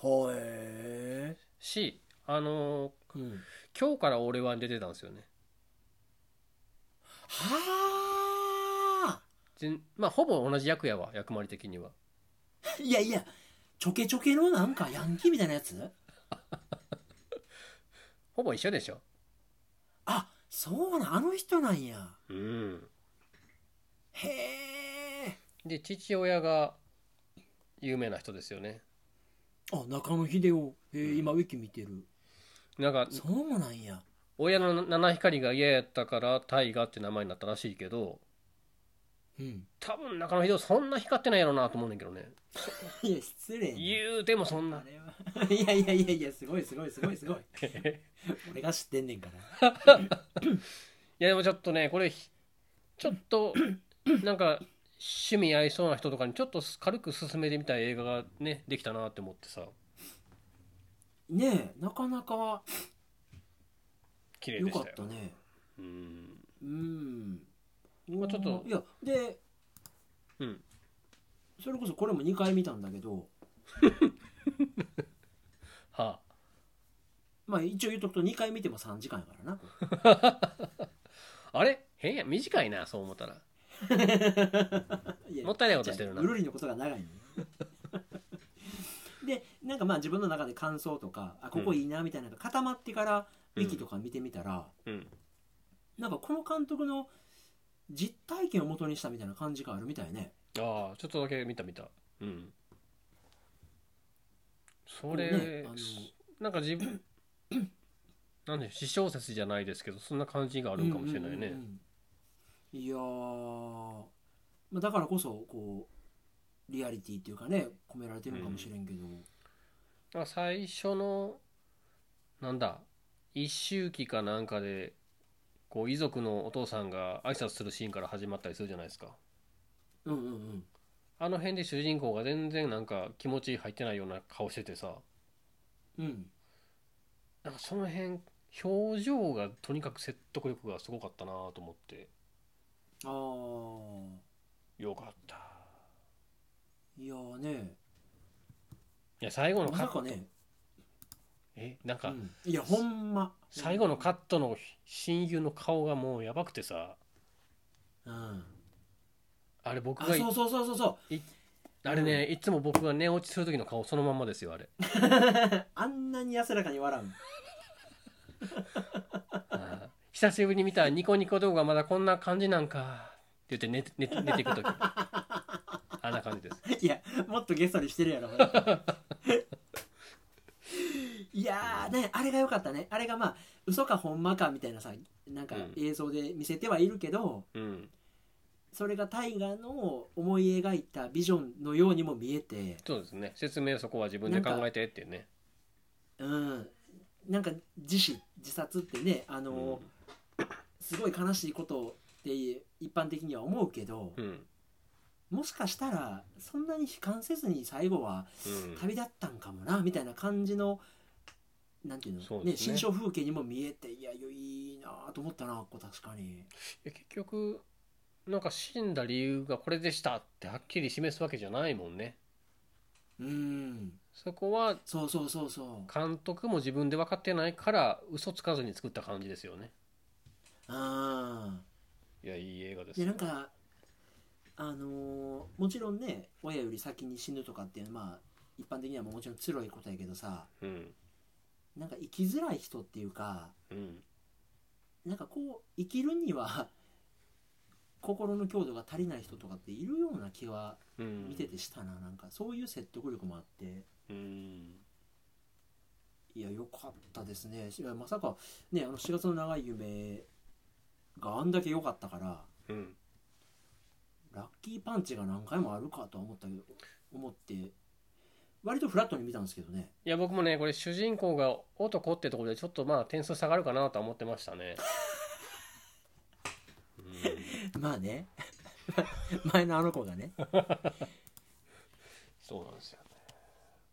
Speaker 2: はえ
Speaker 1: しあのー
Speaker 2: うん、は
Speaker 1: 今日から俺は」に出てたんですよね
Speaker 2: あ
Speaker 1: 全まあほぼ同じ役やわ役割的にはい
Speaker 2: やいやちょけちょけのなんかヤンキーみたいなやつ
Speaker 1: ほぼ一緒でしょ
Speaker 2: あそうなんあの人なんや
Speaker 1: うん
Speaker 2: へえ
Speaker 1: で父親が有名な人ですよね
Speaker 2: あ中野秀夫へえ、
Speaker 1: うん
Speaker 2: 今ウィキ見てる
Speaker 1: なんか
Speaker 2: そうなんや
Speaker 1: 親の七光が嫌やったから大河って名前になったらしいけど
Speaker 2: うん
Speaker 1: 多分中野秀夫そんな光ってないやろなと思うねんだけどね
Speaker 2: いや失礼な
Speaker 1: 言うてもそん
Speaker 2: あ
Speaker 1: な
Speaker 2: れはい *laughs* やいやいやいやすごいすごいすごいすごい
Speaker 1: *laughs*
Speaker 2: 俺が知ってんねんから
Speaker 1: いやでもちょっとねこれひちょっ
Speaker 2: *coughs*
Speaker 1: となんか趣味合いそうな人とかにちょっと軽く進めてみたい映画がねできたなって思ってさ
Speaker 2: ねえなかなか
Speaker 1: 綺麗
Speaker 2: 良
Speaker 1: で
Speaker 2: か
Speaker 1: し
Speaker 2: った
Speaker 1: よ
Speaker 2: たね
Speaker 1: うん
Speaker 2: うん
Speaker 1: まあちょっと
Speaker 2: いやで
Speaker 1: うん
Speaker 2: それこそこれも2回見たんだけど
Speaker 1: はあ
Speaker 2: まあ一応言っとくと2回見ても3時間やからな
Speaker 1: あれ変や短いなそう思ったら
Speaker 2: いや
Speaker 1: もったいないことしてるな
Speaker 2: ぐるりのことが長いね
Speaker 1: *laughs*
Speaker 2: でなんかまあ自分の中で感想とかあここいいなみたいなのが固まってからウィキとか見てみたら、
Speaker 1: うん
Speaker 2: なんかこの監督の実体験を元にしたみたいな感じがあるみたいね
Speaker 1: ああちょっとだけ見た見たうんそれ、
Speaker 2: ねあの
Speaker 1: なんか自 *clears throat* 分なんで私小説じゃないですけどそんな感じがあ
Speaker 2: あ
Speaker 1: るんかもしれないね、
Speaker 2: いやー、まあ、だからこそこうリアリティっていうかね込められてるのかもしれんけど、
Speaker 1: なんか最初のなんだ一周期かなんかでこう遺族のお父さんが挨拶するシーンから始まったりするじゃないですか
Speaker 2: うんうんうん
Speaker 1: あの辺で主人公が全然なんか気持ち入ってないような顔しててさ
Speaker 2: うん
Speaker 1: なんかその辺表情がとにかく説得力がすごかったなと思って
Speaker 2: ああ
Speaker 1: よかった
Speaker 2: いやーね
Speaker 1: いや最後のカ
Speaker 2: まさ
Speaker 1: ット、
Speaker 2: かね、
Speaker 1: えなん
Speaker 2: う
Speaker 1: か
Speaker 2: ん、いやほんま
Speaker 1: 最後のカ
Speaker 2: ッ
Speaker 1: ットの親友の顔がもうやばくてさ
Speaker 2: ト、うん、
Speaker 1: あれ僕
Speaker 2: あ
Speaker 1: がい
Speaker 2: そうそうそうそうそう *laughs*
Speaker 1: あれねいつも僕が寝落ちする時の顔そのまんまですよあれ
Speaker 2: あんなに安らかに笑う
Speaker 1: あー久しぶりに見たニコニコ動画まだこんな感じなんかって言って寝て寝
Speaker 2: *laughs*
Speaker 1: て寝ていく時あんな感じです
Speaker 2: のいやもっとげっそりしてるやろほんと
Speaker 1: *laughs*
Speaker 2: いやーねあれが良かったねあれがまあ嘘かほんまかみたいなさなんか
Speaker 1: うん
Speaker 2: 映像で見せてはいるけど、
Speaker 1: うん
Speaker 2: それが大河の思い描いたビジョンのようにも見えて
Speaker 1: そうですね説明そこは自分で考えてっていうね
Speaker 2: うんなんか自死自殺ってねあの、すごい悲しいことって一般的には思うけど、
Speaker 1: うんうん
Speaker 2: もしかしたらそんなに悲観せずに最後は
Speaker 1: うん
Speaker 2: 旅立ったんかもなみたいな感じのなんていう
Speaker 1: そ
Speaker 2: の
Speaker 1: うです
Speaker 2: ね
Speaker 1: ね
Speaker 2: 新象風景にも見えていやいいなと思ったなこう確かに
Speaker 1: え結局なんか死んだ理由がこれでしたってはっきり示すわけじゃないもんね
Speaker 2: うん
Speaker 1: そこは
Speaker 2: そうそうそうそう
Speaker 1: 監督も自分で分かってないから嘘つかずに作った感じですよね
Speaker 2: あ
Speaker 1: いやいい映画です
Speaker 2: で
Speaker 1: よ
Speaker 2: なんかあのーもちろんね親より先に死ぬとかっていうのはまあ一般的にはもちろんつろいことやけどさ
Speaker 1: うん
Speaker 2: なんか生きづらい人っていうか
Speaker 1: うん
Speaker 2: なんかこう生きるには *laughs* 心の強度が足りない人とかっているような気は
Speaker 1: うん
Speaker 2: 見ててしたななんかそういう説得力もあって
Speaker 1: うん
Speaker 2: いや良かったですねいやまさかねあの4月の長い夢があんだけ良かったから
Speaker 1: うん
Speaker 2: ラッキーパンチが何回もあるかとは思ったけど思って割とフラットに見たんですけどね
Speaker 1: いや僕もねこれ主人公が男ってところでちょっとまあ点数下がるかなとは思ってました
Speaker 2: *laughs*
Speaker 1: ねうん
Speaker 2: まあね *laughs* 前のあの子がね
Speaker 1: そうなんですよね。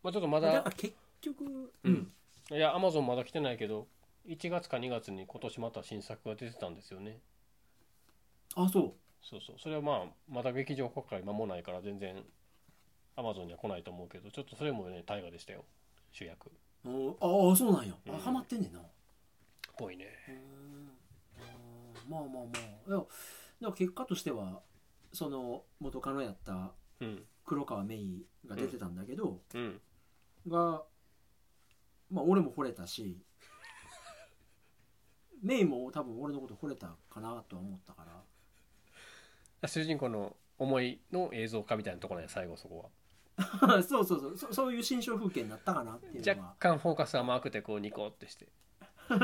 Speaker 1: まあ、ちょっとま
Speaker 2: だから
Speaker 1: だ、
Speaker 2: 結局
Speaker 1: うん、いや、アマゾンまだ来てないけど、1月か2月に今年また新作が出てたんですよね。
Speaker 2: あそう
Speaker 1: そうそう。それはまあ、まだ劇場公開間もないから、全然、アマゾンには来ないと思うけど、ちょっとそれもね、大河でしたよ。主役。
Speaker 2: おああそうなんや、あ
Speaker 1: うん
Speaker 2: ハマってんねんな
Speaker 1: っぽいね。
Speaker 2: うーんあーまあまあまあいやでも結果としてはその元カノやった
Speaker 1: うん。
Speaker 2: 黒川メイが出てたんだけど、
Speaker 1: うん。
Speaker 2: がまあ俺も惚れた *laughs* しメイも多分俺のこと惚れたかなとは思ったから *laughs*
Speaker 1: 主人公の思いの映像化みたいなところね、最後そこは。
Speaker 2: そうそうそうそそういう新象風景になったかなっていうの
Speaker 1: 若
Speaker 2: は
Speaker 1: 干フォーカス甘くて、こう、ニコってして。
Speaker 2: *laughs* そ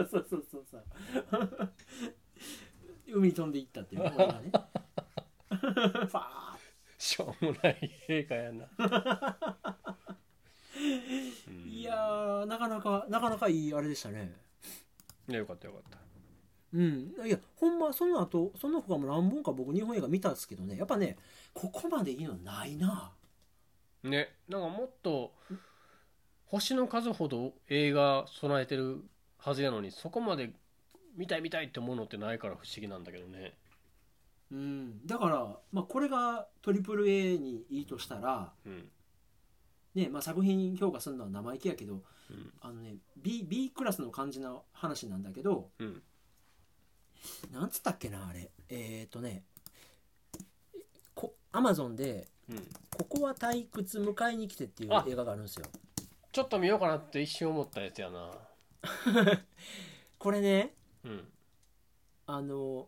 Speaker 2: うそうそうそうそう *laughs* 海に飛んでいったっていう俺が *laughs* ねファーッ
Speaker 1: しょうも *laughs* ない映画やな。うん
Speaker 2: いやーなかなかなかなかいいあれでしたね
Speaker 1: いやよかったよかった。
Speaker 2: うんいやほんまその後その他も何本か僕日本映画見たんですけどねやっぱねここまでいいのないな
Speaker 1: ねなんかもっと星の数ほど映画備えてるはずやのにそこまで見たい見たいって思うのってないから不思議なんだけどね
Speaker 2: うんだから、まあ、これが AAA にいいとしたら、
Speaker 1: うん
Speaker 2: ねまあ、作品評価するのは生意気やけど
Speaker 1: うん
Speaker 2: あの、ね、B, B クラスの感じの話なんだけど
Speaker 1: うん
Speaker 2: なんつったっけなあれえっ、ー、とねこアマゾンで
Speaker 1: うん
Speaker 2: 「ここは退屈迎えに来て」っていう
Speaker 1: あ
Speaker 2: 映画があるんですよ
Speaker 1: ちょっと見ようかなって一瞬思ったやつやな
Speaker 2: これね
Speaker 1: うん
Speaker 2: あの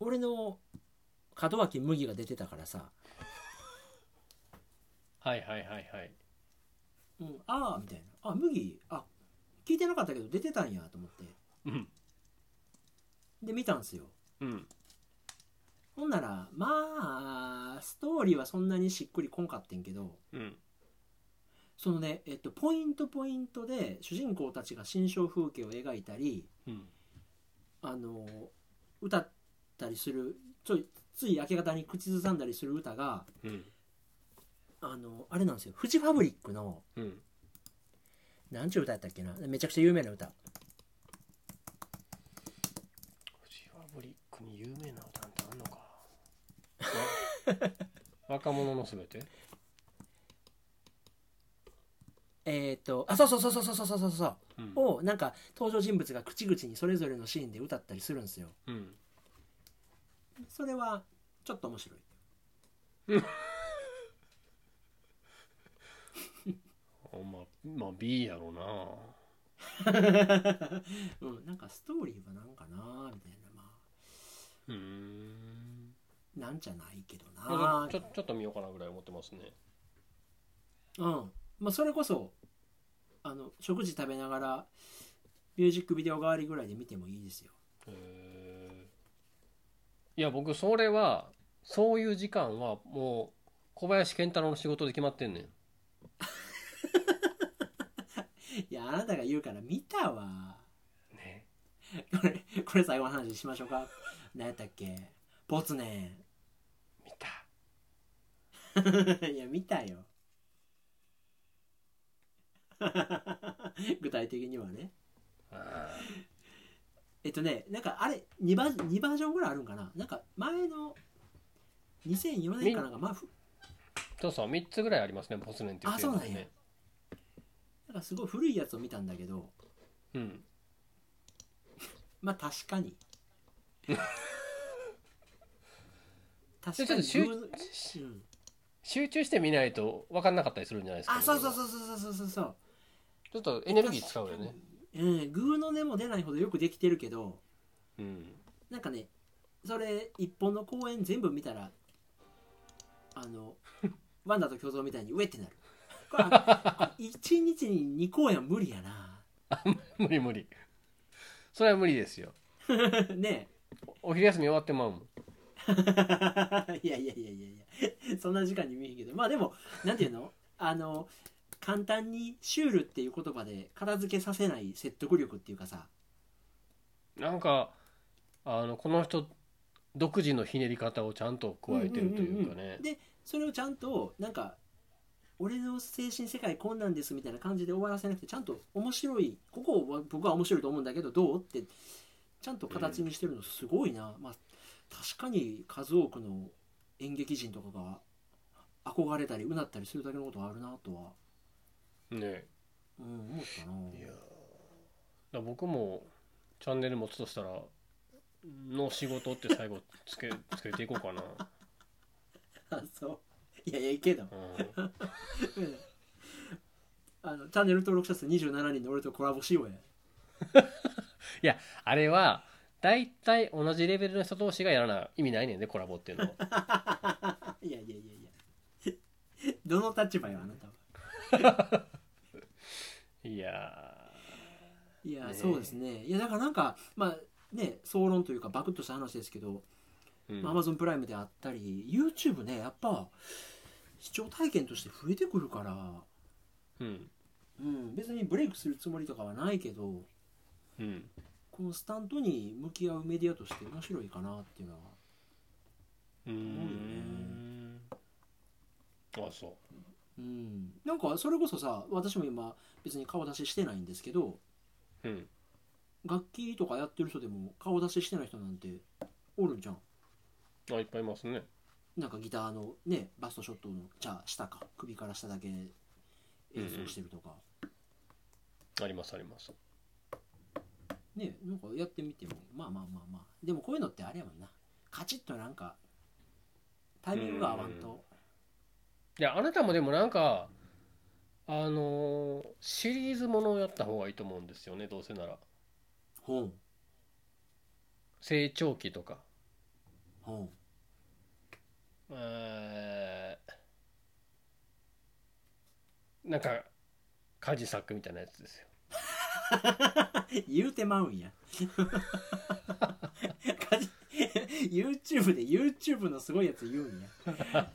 Speaker 2: 俺の門脇麦が出てたからさ
Speaker 1: はいはいはいはい
Speaker 2: 「うん、ああ」みたいな「あ麦あ聞いてなかったけど出てたんや」と思って
Speaker 1: うん
Speaker 2: で見たんすよ
Speaker 1: うん
Speaker 2: ほんならまあストーリーはそんなにしっくりこんかってんけど
Speaker 1: うん
Speaker 2: そのね、えっと、ポイントポイントで主人公たちが心象風景を描いたり
Speaker 1: うん
Speaker 2: あの歌ったりするちょいつい明け方に口ずさんだりする歌が
Speaker 1: うん
Speaker 2: あのあれなんですよフジファブリックの
Speaker 1: うん
Speaker 2: 何ちゅう歌やったっけなめちゃくちゃ有名な歌
Speaker 1: フジファブリックに有名な歌なんてあんのかわ *laughs* 若者のすべて
Speaker 2: えっ、とあそうそうそうそうそうそうそうそうそう
Speaker 1: うん
Speaker 2: をなんか登場人物が口々にそれぞれのシーンで歌ったりするんですよ
Speaker 1: うん
Speaker 2: それはちょっと面白い
Speaker 1: あまあまあ B やろうな
Speaker 2: *laughs* うん、なんかストーリーはなんかなみたいなま
Speaker 1: うーん
Speaker 2: あなんじゃないけど
Speaker 1: ま
Speaker 2: な
Speaker 1: あちょちょっと見ようかなぐらい思ってますね
Speaker 2: うんまあそれこそあの食事食べながらミュージックビデオ代わりぐらいで見てもいいですよ *laughs*
Speaker 1: へえいや僕それはそういう時間はもう小林健太郎の仕事で決まってんねん
Speaker 2: いやあなたが言うから見たわ *laughs*
Speaker 1: ね
Speaker 2: これこれ最後の話しましょうか *laughs* 何やったっけボツネ
Speaker 1: 見た
Speaker 2: ン *laughs* いや見たよ具体的にはね
Speaker 1: あ
Speaker 2: えっとね、なんかあれ2バージョン、2バージョンぐらいあるんかななんか前の2004年かなんか、まあ、ふ
Speaker 1: ーそうそう3つぐらいありますねボツネンっていう
Speaker 2: あそうなんや
Speaker 1: テーマでね
Speaker 2: なんかすごい古いやつを見たんだけど、
Speaker 1: うん
Speaker 2: まあ確
Speaker 1: *laughs*
Speaker 2: かに。確
Speaker 1: ち
Speaker 2: か
Speaker 1: ょっと
Speaker 2: に
Speaker 1: 集
Speaker 2: 偶然うん
Speaker 1: 集中して見ないと分かんなかったりするんじゃないですか、
Speaker 2: あ、そうそう
Speaker 1: う
Speaker 2: そうそうそうそうそう。
Speaker 1: ちょっとエネルギー使うよね
Speaker 2: 確かに。うん、グーの音も出ないほどよくできてるけど、
Speaker 1: うん
Speaker 2: なんかね、それ一本の公演全部見たら、あの、ワンダと共存みたいに上ってなる。これあ一日に2公演は無理やな。
Speaker 1: 無理無理それは無理ですよ
Speaker 2: ね *laughs*
Speaker 1: お昼休み終わってまうもん
Speaker 2: えいやいやいやいやいやそんな時間に見えへんけどまあでもなんていうのあの簡単にシュールっていう言葉で片付けさせない説得力っていうかさ
Speaker 1: なんかあのこの人独自のひねり方をちゃんと加えてるというか
Speaker 2: んんん
Speaker 1: ね
Speaker 2: んでそれをちゃんとなんか俺の精神世界こんなんですみたいな感じで終わらせなくてちゃんと面白いここは僕は面白いと思うんだけどどうってちゃんと形にしてるのすごいな、まあ確かに数多くの演劇人とかが憧れたりうなったりするだけのことはあるなとは、
Speaker 1: ね
Speaker 2: うん、思ったない
Speaker 1: やーだから僕もチャンネル持つとしたらの仕事って最後つけ *laughs* つけていこうかな、
Speaker 2: あそういやいやいいけど
Speaker 1: うん、
Speaker 2: うんあのチャンネル登録者数27人の俺とコラボしようや
Speaker 1: あれは大体同じレベルの人同士がやらな意味ないねんでコラボっていうのは
Speaker 2: いやいやいやいや *laughs* どの立場よあなたはい
Speaker 1: や
Speaker 2: いや、
Speaker 1: ねえ
Speaker 2: そうですねいやだからなんかまあね総論というかバクッとした話ですけど、
Speaker 1: ー、うん
Speaker 2: まあ Amazon プライムであったり YouTube ねやっぱ視聴体験として増えてくるから、
Speaker 1: うん
Speaker 2: うん、別にブレイクするつもりとかはないけど
Speaker 1: うん
Speaker 2: このスタントに向き合うメディアとして面白いかなっていうのは
Speaker 1: うーんあそ
Speaker 2: うんなんかそれこそさ私も今別に顔出ししてないんですけど
Speaker 1: ううん
Speaker 2: 楽器とかやってる人でも顔出ししてない人なんておるんじゃん
Speaker 1: あいっぱいいますね
Speaker 2: なんかギターのねバストショットのじゃあ下か首から下だけ演奏してるとか、
Speaker 1: ありますあります
Speaker 2: ねなんかやってみてもまあまあまあまあでもこういうのってあれやもんなカチッとなんかタイミングが合わん
Speaker 1: うん
Speaker 2: と
Speaker 1: いやあなたもでもなんかあのーシリーズものをやった方がいいと思うんですよねどうせなら
Speaker 2: 本
Speaker 1: 成長期とか
Speaker 2: 本
Speaker 1: えーなんか家事作みたいなやつですよ
Speaker 2: 言うてまうんやカチ YouTube で YouTube のすごいやつ言うんや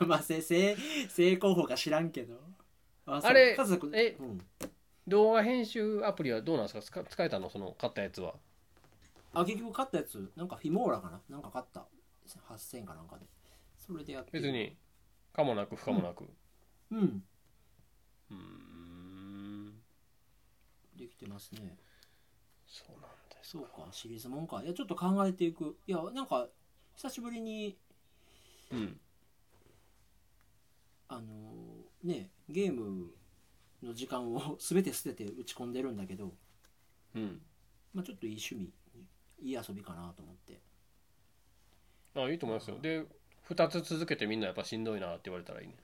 Speaker 2: *laughs* まあせせ正候補か知らんけどあそう
Speaker 1: あれ
Speaker 2: 家族
Speaker 1: え
Speaker 2: うん
Speaker 1: 動画編集アプリはどうなんですか使使えたのその買ったやつは
Speaker 2: あ結局買ったやつなんかフィモーラかななんか買った8000かなんかでそれでやって
Speaker 1: 別にかもなく不可もなく
Speaker 2: うん
Speaker 1: うーん
Speaker 2: できてますね
Speaker 1: そうなんです
Speaker 2: そうかシリーズもんかいやちょっと考えていくいやなんか久しぶりに
Speaker 1: うん
Speaker 2: あのーねゲームの時間を *laughs* 全て捨てて打ち込んでるんだけど、
Speaker 1: うん
Speaker 2: まあ、ちょっといい趣味いい遊びかなと思って
Speaker 1: あいいと思いますよで2つ続けてみんなやっぱしんどいなって言われたらいいね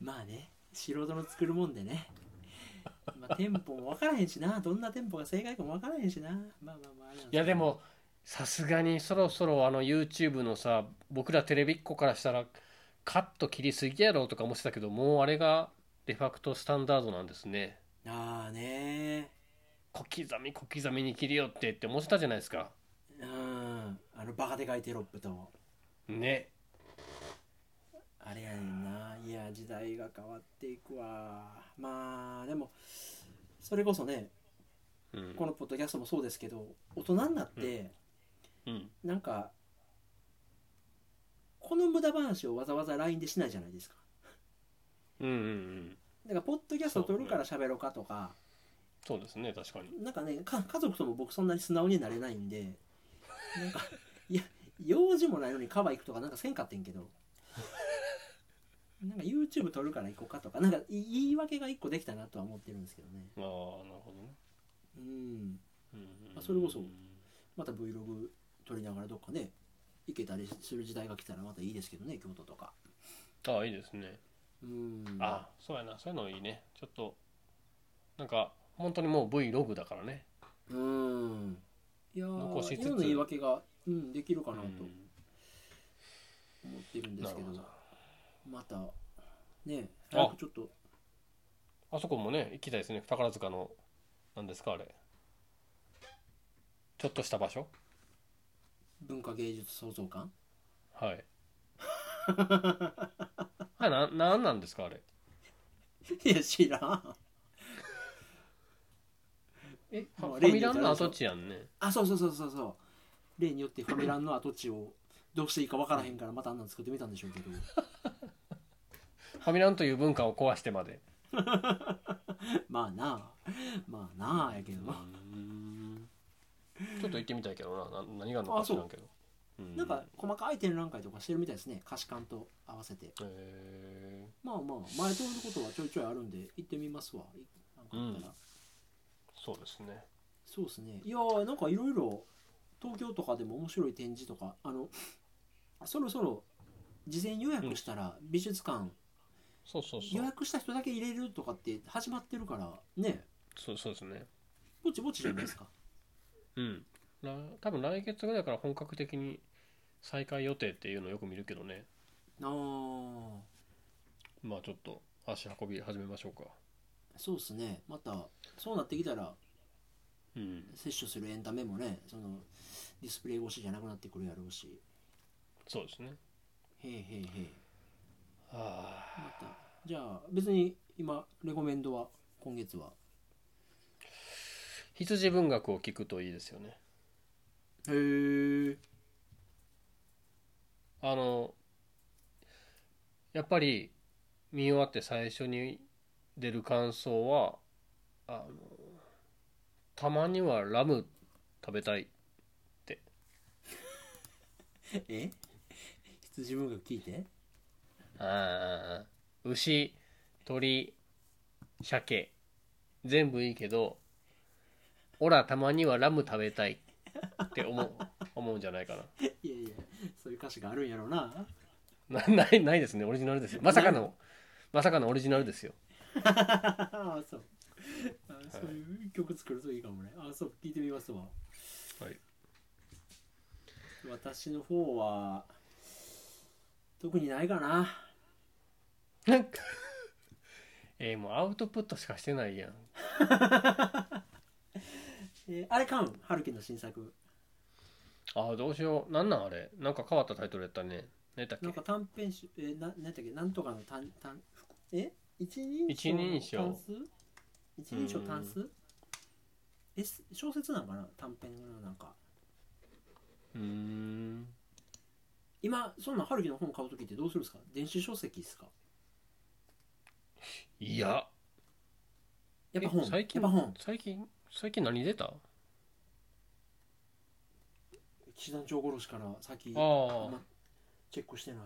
Speaker 2: まあね素人の作るもんでねまあテンポも分からへんしなどんなテンポが正解かも分からへんしなまあまあまああれなんすけど
Speaker 1: いやでもさすがにそろそろあの YouTube のさ僕らテレビっ子からしたらカット切りすぎやろとか思ってたけどもうあれがデファクトスタンダードなんですね
Speaker 2: ああね
Speaker 1: 小刻み小刻みに切りよってって思ってたじゃないですか
Speaker 2: うんあのバカでかいテロップと
Speaker 1: ね
Speaker 2: あれやねんないや時代が変わっていくわまあでもそれこそね
Speaker 1: うん
Speaker 2: このポッドキャストもそうですけど大人になって
Speaker 1: うん
Speaker 2: なんかこの無駄話をわざわざ LINE でしないじゃないですか
Speaker 1: うんうんうん
Speaker 2: だからポッドキャスト撮るから喋ろうかとか
Speaker 1: そうですね確かに
Speaker 2: なんかねか家族とも僕そんなに素直になれないんでなんかいや用事もないのにカバ行くとかなんかせんかってんけどなんか YouTube 撮るから行こうかとかなんかい言い訳が一個できたなとは思ってるんですけどね
Speaker 1: ああなるほどね
Speaker 2: うん
Speaker 1: うんうん
Speaker 2: あそれこそまた Vlog 撮りながらどっかね行けたりする時代が来たらまたいいですけどね京都とか
Speaker 1: ああいいですね
Speaker 2: うん
Speaker 1: あそうやなそういうのいいねちょっとなんか本当にもう Vlog だからね
Speaker 2: うんいや
Speaker 1: 残し
Speaker 2: ー
Speaker 1: つつ
Speaker 2: 今の言い訳が、うん、できるかなと
Speaker 1: うん
Speaker 2: 思ってるんですけど,、
Speaker 1: なるほ
Speaker 2: またね
Speaker 1: あ
Speaker 2: 早くちょっと
Speaker 1: あそこもね行きたいですね宝塚の何ですかあれちょっとした場所
Speaker 2: 文化芸術創造館
Speaker 1: はい *laughs* あななんなんですかあれ
Speaker 2: *laughs* いや知らん
Speaker 1: えファ
Speaker 2: まあ
Speaker 1: ファミランの跡地やんね
Speaker 2: あそうそうそうそうそう例によってファミランの跡地をどうしていいかわからへんからまたあんなん作ってみたんでしょうけど
Speaker 1: ファミランという文化を壊してまで
Speaker 2: *laughs* まあなあまあなあやけど
Speaker 1: ちょっと行ってみたいけどなな何があるのか知らんけどうん
Speaker 2: なんか細かい展覧会とかしてるみたいですね貸し館と合わせて
Speaker 1: え
Speaker 2: まあまあ前通ることはちょいちょいあるんで行ってみますわなんかあったら、
Speaker 1: うんーそうですね
Speaker 2: そうですねいやーなんかいろいろ東京とかでも面白い展示とかあのそろそろ事前予約したら美術館
Speaker 1: そうそうそ
Speaker 2: 予
Speaker 1: う
Speaker 2: 約した人だけ入れるとかって始まってるからね
Speaker 1: そうそうですね
Speaker 2: ぼちぼちじゃないですか
Speaker 1: うんな多分来月ぐらいから本格的に再開予定っていうのをよく見るけどね
Speaker 2: あー
Speaker 1: まあちょっと足運び始めましょうか
Speaker 2: そうですねまたそうなってきたら
Speaker 1: うん
Speaker 2: 摂取するエンタメもねそのディスプレイ越しじゃなくなってくるやろうし
Speaker 1: そうですね
Speaker 2: へえへえへえ
Speaker 1: あ
Speaker 2: またじゃあ別に今レコメンドは今月は
Speaker 1: ー羊文学を聞くといいですよね
Speaker 2: へえ
Speaker 1: あのやっぱり見終わって最初に出る感想はあのたまにはラム食べたい
Speaker 2: え *laughs* 羊文学聞いて
Speaker 1: あー牛鳥鮭全部いいけどオラたまにはラム食べたいって思う思うんじゃないか
Speaker 2: いやいやそういう歌詞があるんやろうな
Speaker 1: な *laughs* なないないですねオリジナルですよまさかのまさかのオリジナルですよ *laughs*
Speaker 2: あそうあそういう曲作るといいかもねあそう聞いてみますわ
Speaker 1: はい
Speaker 2: 私の方は特にないかな
Speaker 1: なんかえーもうアウトプットしかしてないやん
Speaker 2: えーあれかん春樹の新作
Speaker 1: ああどうしようなんなんあれなんか変わったタイトルやったね何やったっ
Speaker 2: なん
Speaker 1: け
Speaker 2: か短編集えー、ななんだっけなんとかの単単え一人
Speaker 1: 一人称
Speaker 2: 単数一人称単数えす小説なのかな短編のなんか
Speaker 1: うーん
Speaker 2: 今そんなん春樹の本買う時ってどうするんですか電子書籍ですか
Speaker 1: いや
Speaker 2: やっぱ本
Speaker 1: え最近
Speaker 2: やっぱ本
Speaker 1: 最近最近何出たあ
Speaker 2: 騎士団長殺しから先
Speaker 1: あ
Speaker 2: あん
Speaker 1: ー
Speaker 2: まチェックしてない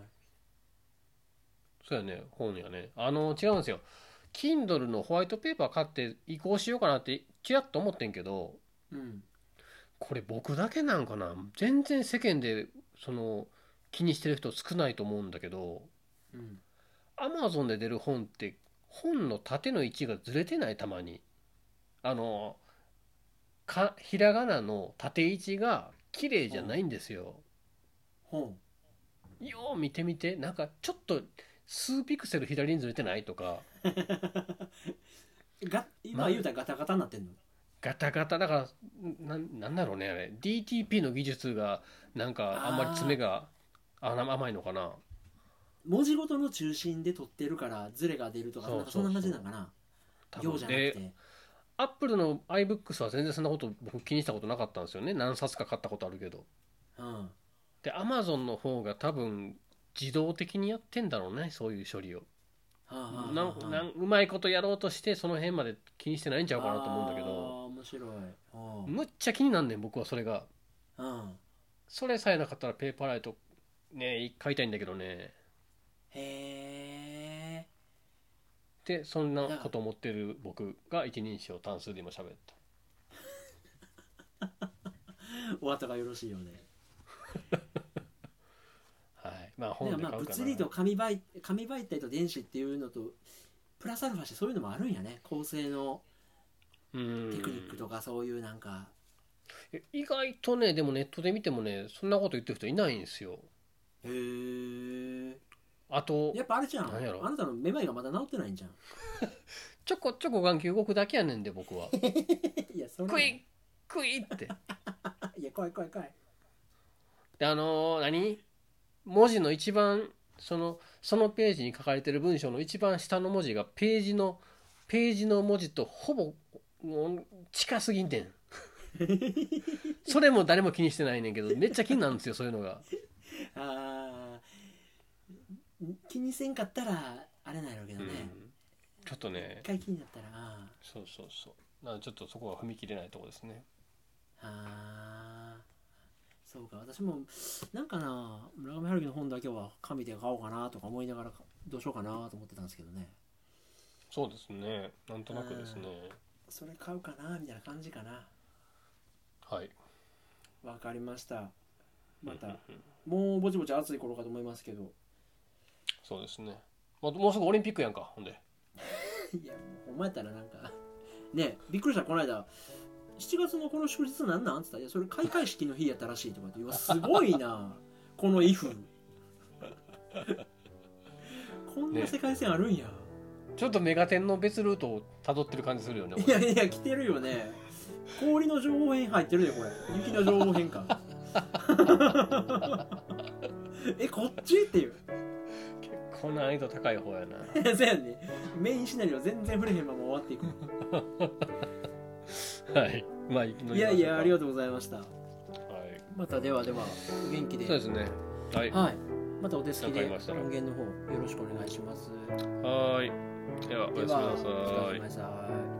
Speaker 1: そうやね本やねあの違うんですよ Kindle のホワイトペーパー買って移行しようかなってちらっと思ってんけど
Speaker 2: うん
Speaker 1: これ僕だけなんかな全然世間でその気にしてる人少ないと思うんだけど
Speaker 2: うん
Speaker 1: アマゾンで出る本って本の縦の位置がずれてないたまにあのかひらがなの縦位置が綺麗じゃないんですよ、
Speaker 2: 本
Speaker 1: よう見てみてなんかちょっと数ピクセル左にずれてないとか
Speaker 2: が今言うたらガタガタになってんの
Speaker 1: ガタガタだからなんなんだろうねあれ DTP の技術がなんかあんまり爪があ甘いのかな
Speaker 2: 文字ごとの中心で取ってるからズレが出るとか
Speaker 1: そう
Speaker 2: なんかそんな
Speaker 1: そうそ
Speaker 2: 感じ
Speaker 1: う
Speaker 2: なんかな
Speaker 1: 多
Speaker 2: 行
Speaker 1: 分
Speaker 2: じゃなく
Speaker 1: で
Speaker 2: て
Speaker 1: アップルの iBooks は全然そんなこと僕気にしたことなかったんですよね何冊か買ったことあるけど
Speaker 2: うん
Speaker 1: で Amazon の方が多分自動的にやってんだろうねそういう処理をな
Speaker 2: な
Speaker 1: んなんうまいことやろうとしてその辺まで気にしてないんちゃうかなと思うんだけど
Speaker 2: 面白いうん
Speaker 1: むっちゃ気になんねん僕はそれが
Speaker 2: うん
Speaker 1: それさえなかったらペーパーライトね買いたいんだけどね
Speaker 2: へえ
Speaker 1: でそんなこと思ってる僕が一人称単数で今喋った
Speaker 2: 終わったがよろしいようで
Speaker 1: はいまあ
Speaker 2: だ
Speaker 1: 本
Speaker 2: か
Speaker 1: で
Speaker 2: らま
Speaker 1: 買う
Speaker 2: あ
Speaker 1: かな
Speaker 2: 物理と紙媒紙媒体と電子っていうのとプラスアルファしてそういうのもあるんやね構成の
Speaker 1: うん
Speaker 2: テクニックとかそういうなんか
Speaker 1: え意外とねでもネットで見てもねそんなこと言ってる人いないんですよ
Speaker 2: へえ
Speaker 1: あと
Speaker 2: やっぱあれじゃん
Speaker 1: なんやろ
Speaker 2: あなたのめまいがまだ治ってないんじゃん
Speaker 1: ちょこちょこ眼球動くだけやねんで僕は
Speaker 2: *laughs* いやそ
Speaker 1: ク
Speaker 2: れ
Speaker 1: イックイッって
Speaker 2: いや怖い怖い怖い
Speaker 1: であのー何文字の一番そのそのページに書かれてる文章の一番下の文字がページのページの文字とほぼうん近すぎん
Speaker 2: *laughs*
Speaker 1: ねんそれも誰も気にしてないねんけどめっちゃ気になるんですよそういうのが
Speaker 2: あー気にせんかったらあれなんやろうけどね、
Speaker 1: ちょっとね
Speaker 2: 一回気になったらあー
Speaker 1: そうそうそうなんでちょっとそこは踏み切れないとこですね
Speaker 2: あーそうか私もなんかな村上春樹の本だけは紙で買おうかなとか思いながらどうしようかなと思ってたんですけどね
Speaker 1: そうですねなんとなくですね
Speaker 2: それ買うかなみたいな感じかな
Speaker 1: はい
Speaker 2: わかりましたまたもうぼちぼち暑い頃かと思いますけど
Speaker 1: そうですねまあもうすぐオリンピックやんかほんで
Speaker 2: いやもうお前やったらなんかねびっくりしたこの間7月のこの祝日なんなんつったら「いやそれ開会式の日やったらしい」とかって「うわすごいなこの「イフ」こんな世界線あるんや、
Speaker 1: ちょっとメガテンの別ルートをたどってる感じするよね
Speaker 2: いやいや来てるよね氷の情報編入ってるよこれ雪の情報編か *laughs* えこっちっていう
Speaker 1: 結構難易度高い方
Speaker 2: *laughs*
Speaker 1: やな
Speaker 2: そうやねメインシナリオ全然触れへんまま終わっていく
Speaker 1: はいまあ生き延
Speaker 2: い
Speaker 1: びましょうか
Speaker 2: やいやありがとうございました
Speaker 1: はい
Speaker 2: またではではお元気で
Speaker 1: そうですねはいは
Speaker 2: はいまたお手すきで
Speaker 1: わかりました
Speaker 2: 音源の方よろしくお願いします
Speaker 1: ーいではおやすみ
Speaker 2: では
Speaker 1: なさ
Speaker 2: お疲
Speaker 1: い
Speaker 2: れ様でした